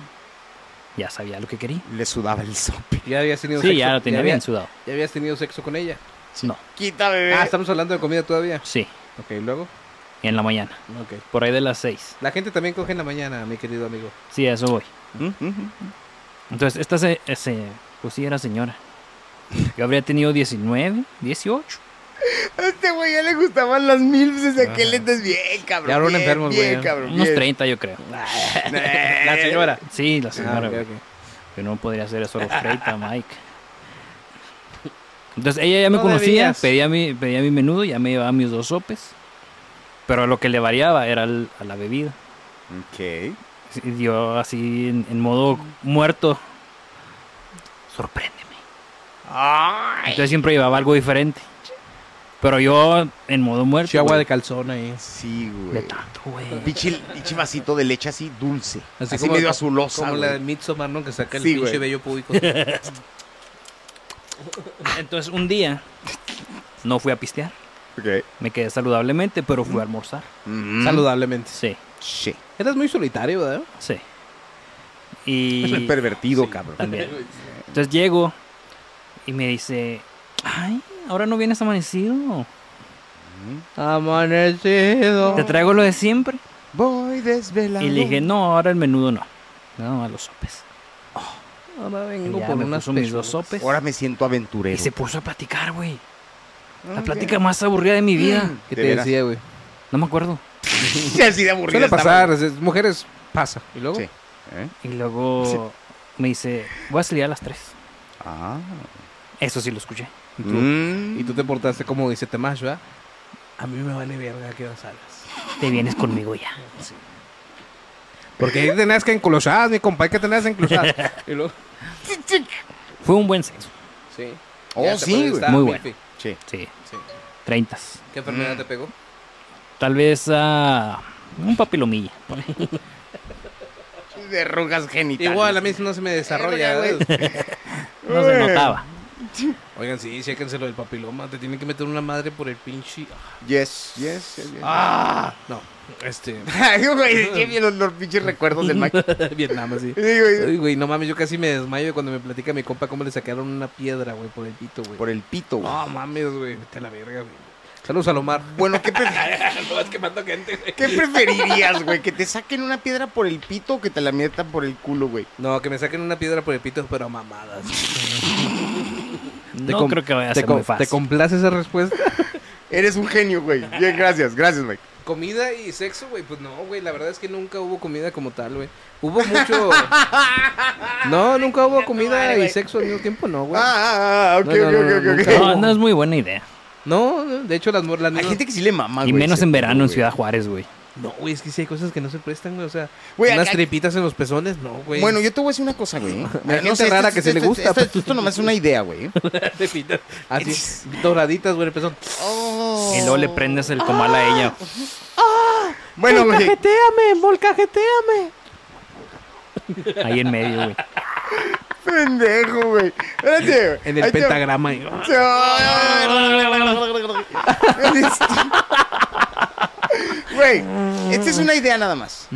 S4: ya sabía lo que quería.
S2: Le sudaba el sope.
S3: Ya habías tenido
S4: Sí,
S3: sexo.
S4: ya lo tenía
S3: había-
S4: bien sudado.
S3: ya habías tenido sexo con ella.
S4: No,
S2: Quita, bebé.
S3: Ah, estamos hablando de comida todavía.
S4: sí,
S3: Ok, luego.
S4: en la mañana,
S3: Ok.
S4: por ahí de las 6.
S3: La gente también coge en la mañana, mi querido amigo.
S4: Sí, a eso voy.
S2: Mm, mm,
S4: Entonces, esta se, eh, se- pues sí, era señora. Yo habría tenido 19, 18.
S2: A este güey ya le gustaban las milfs desde que le des bien, cabrón.
S3: Ah. Ya ahora
S2: bien,
S3: enfermos,
S2: bien,
S3: güey.
S2: cabrón,
S4: Unos
S2: bien.
S4: 30, yo creo.
S3: *laughs*
S2: Eh.
S3: La señora.
S4: Sí, la señora.
S3: Ah, ok,
S4: güey.
S3: ok.
S4: Yo no podría hacer eso a los
S3: *laughs*
S4: 30, Mike. Entonces, ella ya me
S3: No
S4: conocía,
S3: debías.
S4: pedía mi, pedía mi menudo, ya me llevaba mis dos sopes. Pero lo que le variaba era al- a la bebida.
S2: Ok.
S4: Sí, Yo así en, en modo muerto. Sorpréndeme. Entonces siempre llevaba algo diferente. Pero yo en modo muerto.
S3: Sí, agua
S4: güey,
S3: de calzón ahí.
S2: Sí,
S4: de
S2: güey.
S4: tanto, güey.
S2: Pinche, pinche vasito de leche así dulce. Así,
S3: Así como-
S2: medio azulosa,
S3: Como
S2: güey.
S3: la de Midsommar, ¿no? Que saca el
S2: Sí, güey.
S3: pinche bello *laughs* público.
S4: Entonces un día no fui a pistear.
S2: Ok.
S4: Me quedé saludablemente, pero fui a almorzar.
S2: Mm.
S3: Saludablemente.
S4: Sí,
S2: Sí.
S3: Eras muy solitario, ¿verdad?
S4: sí.
S2: Es un
S4: Y
S2: pervertido, cabrón.
S4: también. Entonces llego y me dice, ay, ahora no vienes amanecido.
S3: Amanecido.
S4: Te traigo lo de siempre.
S2: Voy desvelado.
S4: Y le dije, no, ahora el menudo no. Nada más los sopes.
S3: Ahora
S4: Y
S3: Ah, vengo
S4: ya
S3: por
S4: me
S3: unas
S4: puso mis dos
S3: pechugas.
S4: sopes.
S2: Ahora me siento aventurero.
S4: Y se puso a platicar, güey.
S3: Ah,
S4: La plática más aburrida de mi vida.
S2: Mm, De
S3: ¿Qué
S2: *laughs*
S3: te
S2: veras.
S3: decía, güey?
S4: No me acuerdo.
S2: así de aburrido.
S3: Suele
S2: estaba.
S3: pasar, es- es- mujeres pasa. ¿Y luego?
S2: Sí. ¿Eh?
S4: Y luego me dice, voy a salir a las 3.
S2: Ah.
S4: Eso sí lo escuché.
S3: ¿Y, tú,
S2: Mm.
S3: y tú te portaste como dice Temash, ¿verdad? A mí me vale verga que vas a las.
S4: Te vienes conmigo ya.
S3: Porque ahí tenías que enclosadas, mi compa, hay que tenías enclosadas. *laughs* y luego,
S4: Fue un buen sexo.
S3: sí.
S2: Oh,
S3: Ya te
S2: sí,
S3: pones-
S2: güey.
S3: está
S4: Muy
S3: milfi.
S2: Sí.
S4: Sí.
S3: Sí.
S4: 30.
S3: ¿Qué enfermedad te pegó?
S4: Tal vez ah, un papilomilla.
S2: De arrugas genitales.
S3: Igual, a mí Eh, no se me desarrolla.
S4: No
S3: Eh.
S4: se notaba.
S3: Oigan, sí, chéquense lo del papiloma. Te tienen que meter una madre por el pinche.
S2: Yes, yes. yes, yes.
S3: ¡Ah! No,
S4: *laughs*
S3: este.
S2: Ay, güey, qué bien los, los pinches recuerdos del Mike.
S3: *laughs* Vietnam, así.
S2: Sí, güey.
S3: Ay, güey, no mames, yo casi me desmayo cuando me platica mi compa cómo le sacaron una piedra, güey, por el pito, güey.
S2: Por el pito, güey.
S3: No mames, güey, vete a la verga, güey. Saludos a Lomar.
S2: Bueno, ¿qué, pre-
S3: *laughs* no, es que mando gente, güey.
S2: qué preferirías, güey? ¿Que te saquen una piedra por el pito o que te la metan por el culo, güey?
S3: No, que me saquen una piedra por el pito, pero a mamadas. Te
S4: No
S3: com-
S4: creo que vaya a
S3: ¿Te,
S4: ser
S3: com-
S4: muy fácil.
S3: ¿Te complace esa respuesta?
S2: Eres un genio, güey. Bien, gracias, gracias, Mike.
S3: ¿Comida y sexo, güey? Pues no, güey, la verdad es que nunca hubo comida como tal, güey. Hubo
S2: *laughs*
S3: mucho... No, nunca hubo comida y sexo al mismo tiempo, no, güey.
S2: Ah, ah, ah, ok,
S3: No, no,
S2: ok,
S3: no,
S2: ok,
S3: no,
S2: ok.
S3: nunca.
S4: No, no es muy buena idea.
S3: No, de hecho las morlas...
S2: Hay gente que sí le
S3: Ah,
S2: mama, güey.
S4: Y menos
S2: ese
S4: en
S2: pedo,
S4: verano en
S2: güey.
S4: Ciudad Juárez, güey.
S3: No, güey, es que sí hay cosas que no se prestan, güey. O sea,
S2: Güey,
S3: unas
S2: acá-
S3: tripitas en los pezones, no, güey.
S2: Bueno, yo te voy a decir una cosa, *laughs* güey.
S3: Hay gente rara
S2: este
S3: que sí le gusta,
S2: Esto,
S3: pues.
S2: esto, esto nomás es una idea, güey. *laughs*
S3: tripitas así, doraditas, güey, el pezón.
S2: Oh.
S4: Y luego le prendes el comal a ella.
S2: Bueno, güey.
S3: ¡Molcajeteame, molcajeteame!
S4: Ahí en medio, güey.
S2: Pendejo, güey. Espérate, güey.
S3: En el
S2: Ahí te-
S3: pentagrama. y- ah.
S2: Güey, esta es una idea nada más.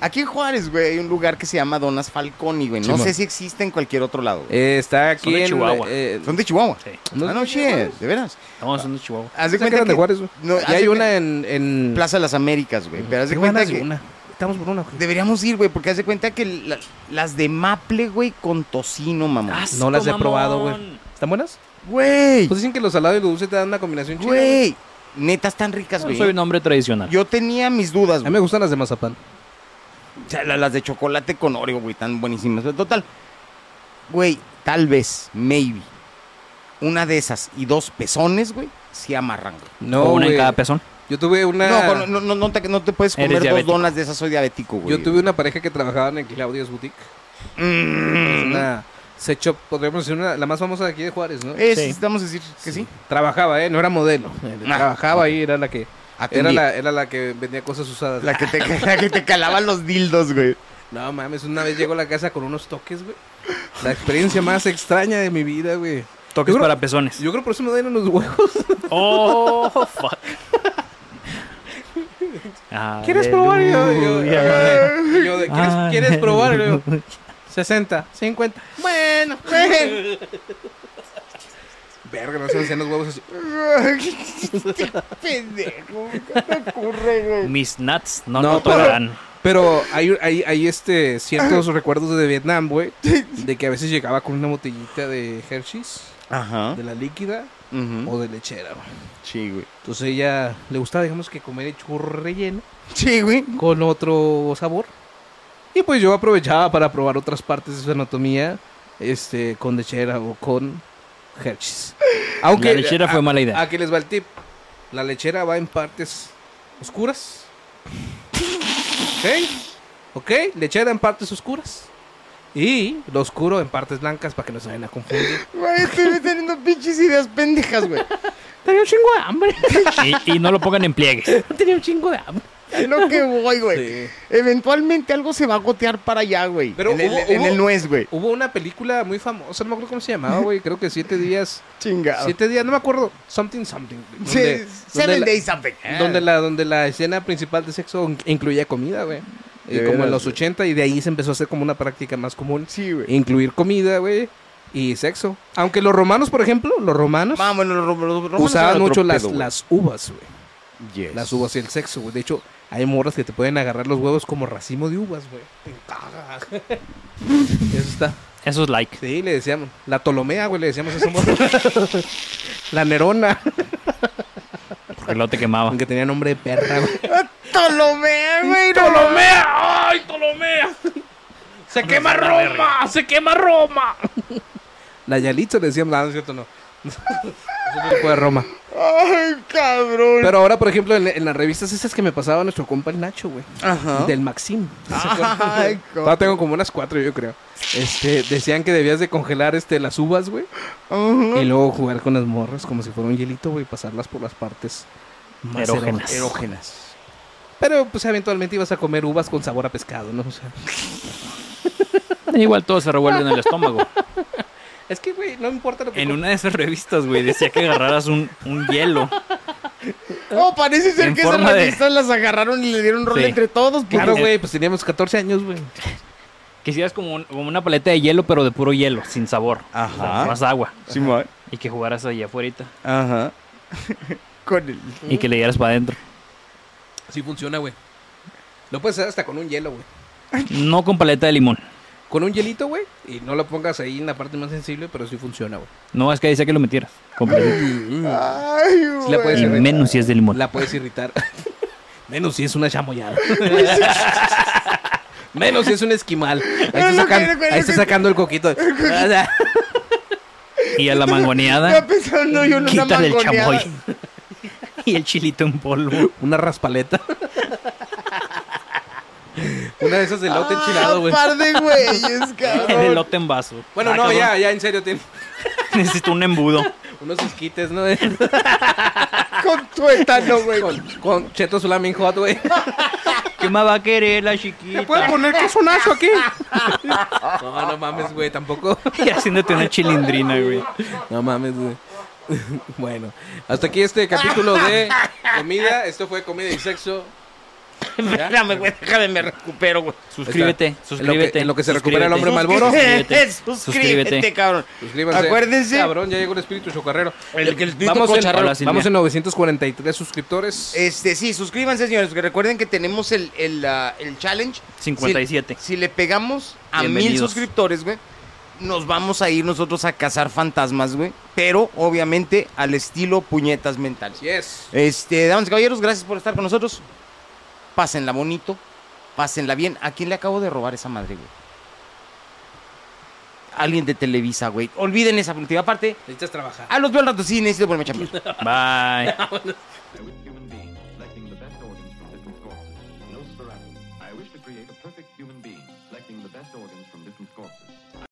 S2: Aquí en Juárez, güey, hay un lugar que se llama Donas Falconi, güey. No
S3: Simón.
S2: sé si existe en cualquier otro lado. güey.
S3: Eh, está aquí
S4: Son de
S3: en,
S4: Chihuahua.
S3: eh,
S2: Son de Chihuahua. Ah,
S4: Sí.
S2: No, no, shit, de veras.
S4: No, Ah, son de Chihuahua.
S2: Haz
S3: ¿Se
S2: de cuenta
S3: acuerdan
S2: que
S3: de Juárez, güey?
S2: no, haz
S3: y hay
S2: de
S3: una en, en...
S2: Plaza de las Américas, güey. Pero haz de
S3: Qué
S2: cuenta
S3: ganas de
S2: que
S3: una. Estamos por una. güey.
S2: deberíamos ir, güey, porque haz de cuenta que la- las de Maple, güey, con tocino, mamá.
S3: No las he probado, güey. ¿Están buenas?
S2: Güey,
S3: Ah, Pues dicen que los salados y los dulces te dan una combinación chida. güey.
S2: güey, neta están ricas,
S4: Yo soy
S2: güey.
S4: un hombre tradicional.
S2: Yo tenía mis dudas,
S3: A mí
S2: güey.
S3: me gustan las de mazapán.
S2: O sea, la- las de chocolate con Oreo, güey, tan buenísimas. Pero Total, güey, tal vez, maybe, una de esas y dos pezones, güey, sí amarran, güey.
S3: No,
S4: o una
S3: güey.
S4: en cada pezón.
S3: Yo tuve una...
S2: No, con- no, no, no te, no te puedes
S4: Eres
S2: comer dos
S4: diabético.
S2: donas de esas, soy diabético, güey.
S3: Yo tuve una pareja que trabajaba en Claudio's Boutique.
S2: Mm.
S3: Es una sex shop, podríamos decir, una, la más famosa de aquí de Juárez, ¿no?
S2: Es,
S4: Sí.
S2: Vamos a decir que Eh, sí.
S3: Trabajaba, ¿eh? No era modelo.
S2: Ah,
S3: trabajaba ahí, era la que... Era
S2: Atendí. la,
S3: la, era la que vendía cosas usadas.
S2: que te, la que te calaban los dildos, güey.
S3: No mames, una vez llego a la casa con unos toques, güey. La experiencia más extraña de mi vida, güey.
S4: Toques
S3: Yo creo-
S4: para pezones.
S3: Yo creo por eso me dan unos huevos.
S4: Oh, fuck.
S3: ¿Quieres probar? Y yo, yo-
S4: Aleluya.
S3: y yo de, ¿quieres,
S4: Ay.
S3: ¿quieres probar? Y yo, 60, 50. Bueno, bueno. Verga, no se me hacían los huevos así.
S2: Pendejo, ¿qué te ocurre, güey?
S4: Mis nuts no,
S3: No,
S4: no
S3: pero-
S4: tocarán.
S3: Pero hay, hay, hay este, ciertos recuerdos de Vietnam, güey. De que a veces llegaba con una botellita de Hershey's,
S2: Ajá.
S3: de la líquida
S2: Ujú.
S3: o de lechera, güey.
S2: Sí, güey.
S3: Entonces ella le gustaba, digamos, que comer el churro relleno.
S2: Sí, güey.
S3: con otro sabor. Y pues yo aprovechaba para probar otras partes de su anatomía, este, con lechera o con Hershey's. Aunque
S4: La lechera fue
S3: a-
S4: mala idea.
S3: Aquí les va el tip. La lechera va en partes oscuras. ¿Ok? ¿Ok? Lechera en partes oscuras. Y lo oscuro en partes blancas para que no se vayan
S2: *laughs*
S3: a confundir.
S2: Güey, estoy teniendo pinches ideas pendejas, güey.
S3: Tenía un chingo de hambre.
S4: Y, y no lo pongan en pliegues.
S3: *laughs* Tenía un chingo de hambre.
S2: Es lo que voy, güey.
S3: Sí.
S2: Eventualmente algo se va a gotear para allá, güey.
S3: Pero
S2: en, el-
S3: hubo-
S2: en
S3: hubo-
S2: el nuez, güey.
S3: Hubo una película muy famosa, no me acuerdo cómo se llamaba, güey. Creo que siete días
S2: Chingado.
S3: Siete días, no me acuerdo. Something, something. güey,
S2: Sí,
S3: donde-
S2: seven
S3: donde
S2: days something.
S3: La, donde, la, donde la escena principal de sexo in- incluía comida, güey. Y
S2: De
S3: como
S2: veras,
S3: en los
S2: güey.
S3: 80 y de ahí se empezó a hacer como una práctica más común.
S2: Sí, güey.
S3: Incluir comida, güey. Y sexo. Aunque los romanos, por ejemplo, los romanos
S2: Vamos, los, rom- los romanos
S3: usaban
S2: eran otro
S3: mucho las,
S2: pedo, güey.
S3: las uvas, güey.
S2: Yes.
S3: Las uvas y el sexo, güey. De hecho, hay morras que te pueden agarrar los huevos como racimo de uvas, güey. Te cagas.
S2: *laughs*
S3: Eso está.
S4: Eso es like.
S3: Sí, le decíamos. La Ptolomea, güey, le decíamos a esa
S2: *laughs*
S3: morra. la Nerona.
S4: Porque luego te
S2: Ah.
S4: quemaba.
S3: Aunque tenía nombre de perra, güey.
S2: Ptolomea, güey. no
S3: ¡Ptolomea! ¡Ay, Ptolomea! ¡Se quema Roma! ¡Se quema Roma! La Yalitza le decíamos, no, no es cierto, no. Eso no fue de Roma.
S2: mames. Ay, cabrón.
S3: Pero ahora, por ejemplo, en, en las revistas esas que me pasaba nuestro compa el Nacho, güey.
S2: Ajá.
S3: Del Maxim.
S2: Ay, co-
S3: Ahora tengo como unas cuatro, yo creo. Este, decían que debías de congelar este, las uvas, güey.
S2: Ujú.
S3: Y luego jugar con las morras como si fuera un hielito, güey, y pasarlas por las partes más
S4: Erógenas.
S3: erógenas. Pero pues eventualmente ibas a comer uvas con sabor a pescado, ¿no? O sea,
S4: Igual todo se revuelve en el estómago.
S3: es que, güey, no importa lo que
S4: En
S3: com-
S4: una de esas revistas, güey, decía que agarraras un, un hielo.
S2: Oh, parece ser
S4: En
S2: que esas
S4: forma de-
S2: revistas las agarraron y le dieron rol
S4: Sí.
S2: entre todos. puto.
S3: Claro, güey, pues teníamos 14 años, güey.
S4: Que hicieras como, un- como una paleta de hielo, pero de puro hielo, sin sabor.
S2: Ajá.
S4: O sea, más agua.
S2: Simón.
S4: Y que jugaras allá afuera.
S2: Ajá. Con el.
S4: Y que le dieras para adentro.
S3: Sí funciona, güey. Lo puedes hacer hasta con un hielo, güey.
S4: No con paleta de limón.
S3: Con un hielito, güey, y no lo pongas ahí en la parte más sensible, pero sí funciona, güey.
S4: No, es que decía que lo metieras. Con paleta.
S2: Ah. Ay, güey.
S3: Sí la puedes
S4: Y
S3: irritar.
S4: menos si es de limón.
S3: La puedes irritar. *laughs* menos si es
S2: *laughs*
S3: una chamoyada. menos si es un esquimal. Ahí
S2: Es
S3: está,
S2: lo
S3: sacan-
S2: que- es lo
S3: ahí está
S2: que-
S3: sacando el coquito. Ah,
S4: Y a la
S2: Estaba
S4: mangoneada,
S2: pensando yo en una
S4: quítale el
S2: mangoneada.
S4: chamoy. Y el chilito en polvo.
S3: una raspaleta. *laughs* una de esas de
S2: Ah,
S3: lote enchilado, güey.
S2: par de güeyes,
S4: El
S2: cabrón.
S4: elote en vaso.
S3: Bueno,
S4: Ah,
S3: no,
S4: cabrón.
S3: ya, ya, en serio, tiene
S4: *laughs*
S3: *laughs*
S4: Necesito un embudo.
S3: unos esquites, ¿no? *laughs*
S2: Con tuétano, güey.
S3: con, con chetos flaming
S2: *laughs*
S3: hot, güey.
S4: ¿Qué más va a querer la chiquita?
S3: poner quesonazo aquí? no, no mames, güey, tampoco.
S4: Y haciéndote una chilindrina, güey.
S3: No mames, güey. *laughs* Bueno, hasta aquí este capítulo de comida. Esto fue comida
S2: *laughs*
S3: y sexo.
S2: Espérame, güey, déjame, me recupero, güey.
S4: Suscríbete,
S3: Está. En lo que-
S4: suscríbete.
S3: en lo que se recupera el hombre
S4: suscríbete.
S3: Malboro.
S2: Suscríbete,
S3: *laughs*
S4: Suscríbete.
S2: suscríbete, cabrón.
S3: Suscríbanse.
S2: Acuérdense.
S3: Cabrón, ya llegó el espíritu chocarrero.
S2: El que el espíritu
S3: vamos, en,
S2: cocharrero.
S4: Hola, Silvia.
S3: vamos en 943 suscriptores.
S2: Este, sí, suscríbanse, señores, porque recuerden que tenemos el, el, ah, el challenge.
S4: 57.
S2: Si, si le pegamos a mil
S4: Bienvenidos.
S2: suscriptores, güey, nos vamos a ir nosotros a cazar fantasmas, güey. Pero, obviamente, al estilo puñetas mentales.
S3: Yes.
S2: Este, damas y caballeros, gracias por estar con nosotros. Pásenla bonito, pásenla bien. ¿A quién le acabo de robar esa madre, güey? Alguien de Televisa, güey. Olviden esa última parte.
S3: Necesitas trabajar.
S2: A los veo al rato, sí, necesito ponerme chambear.
S4: Bye.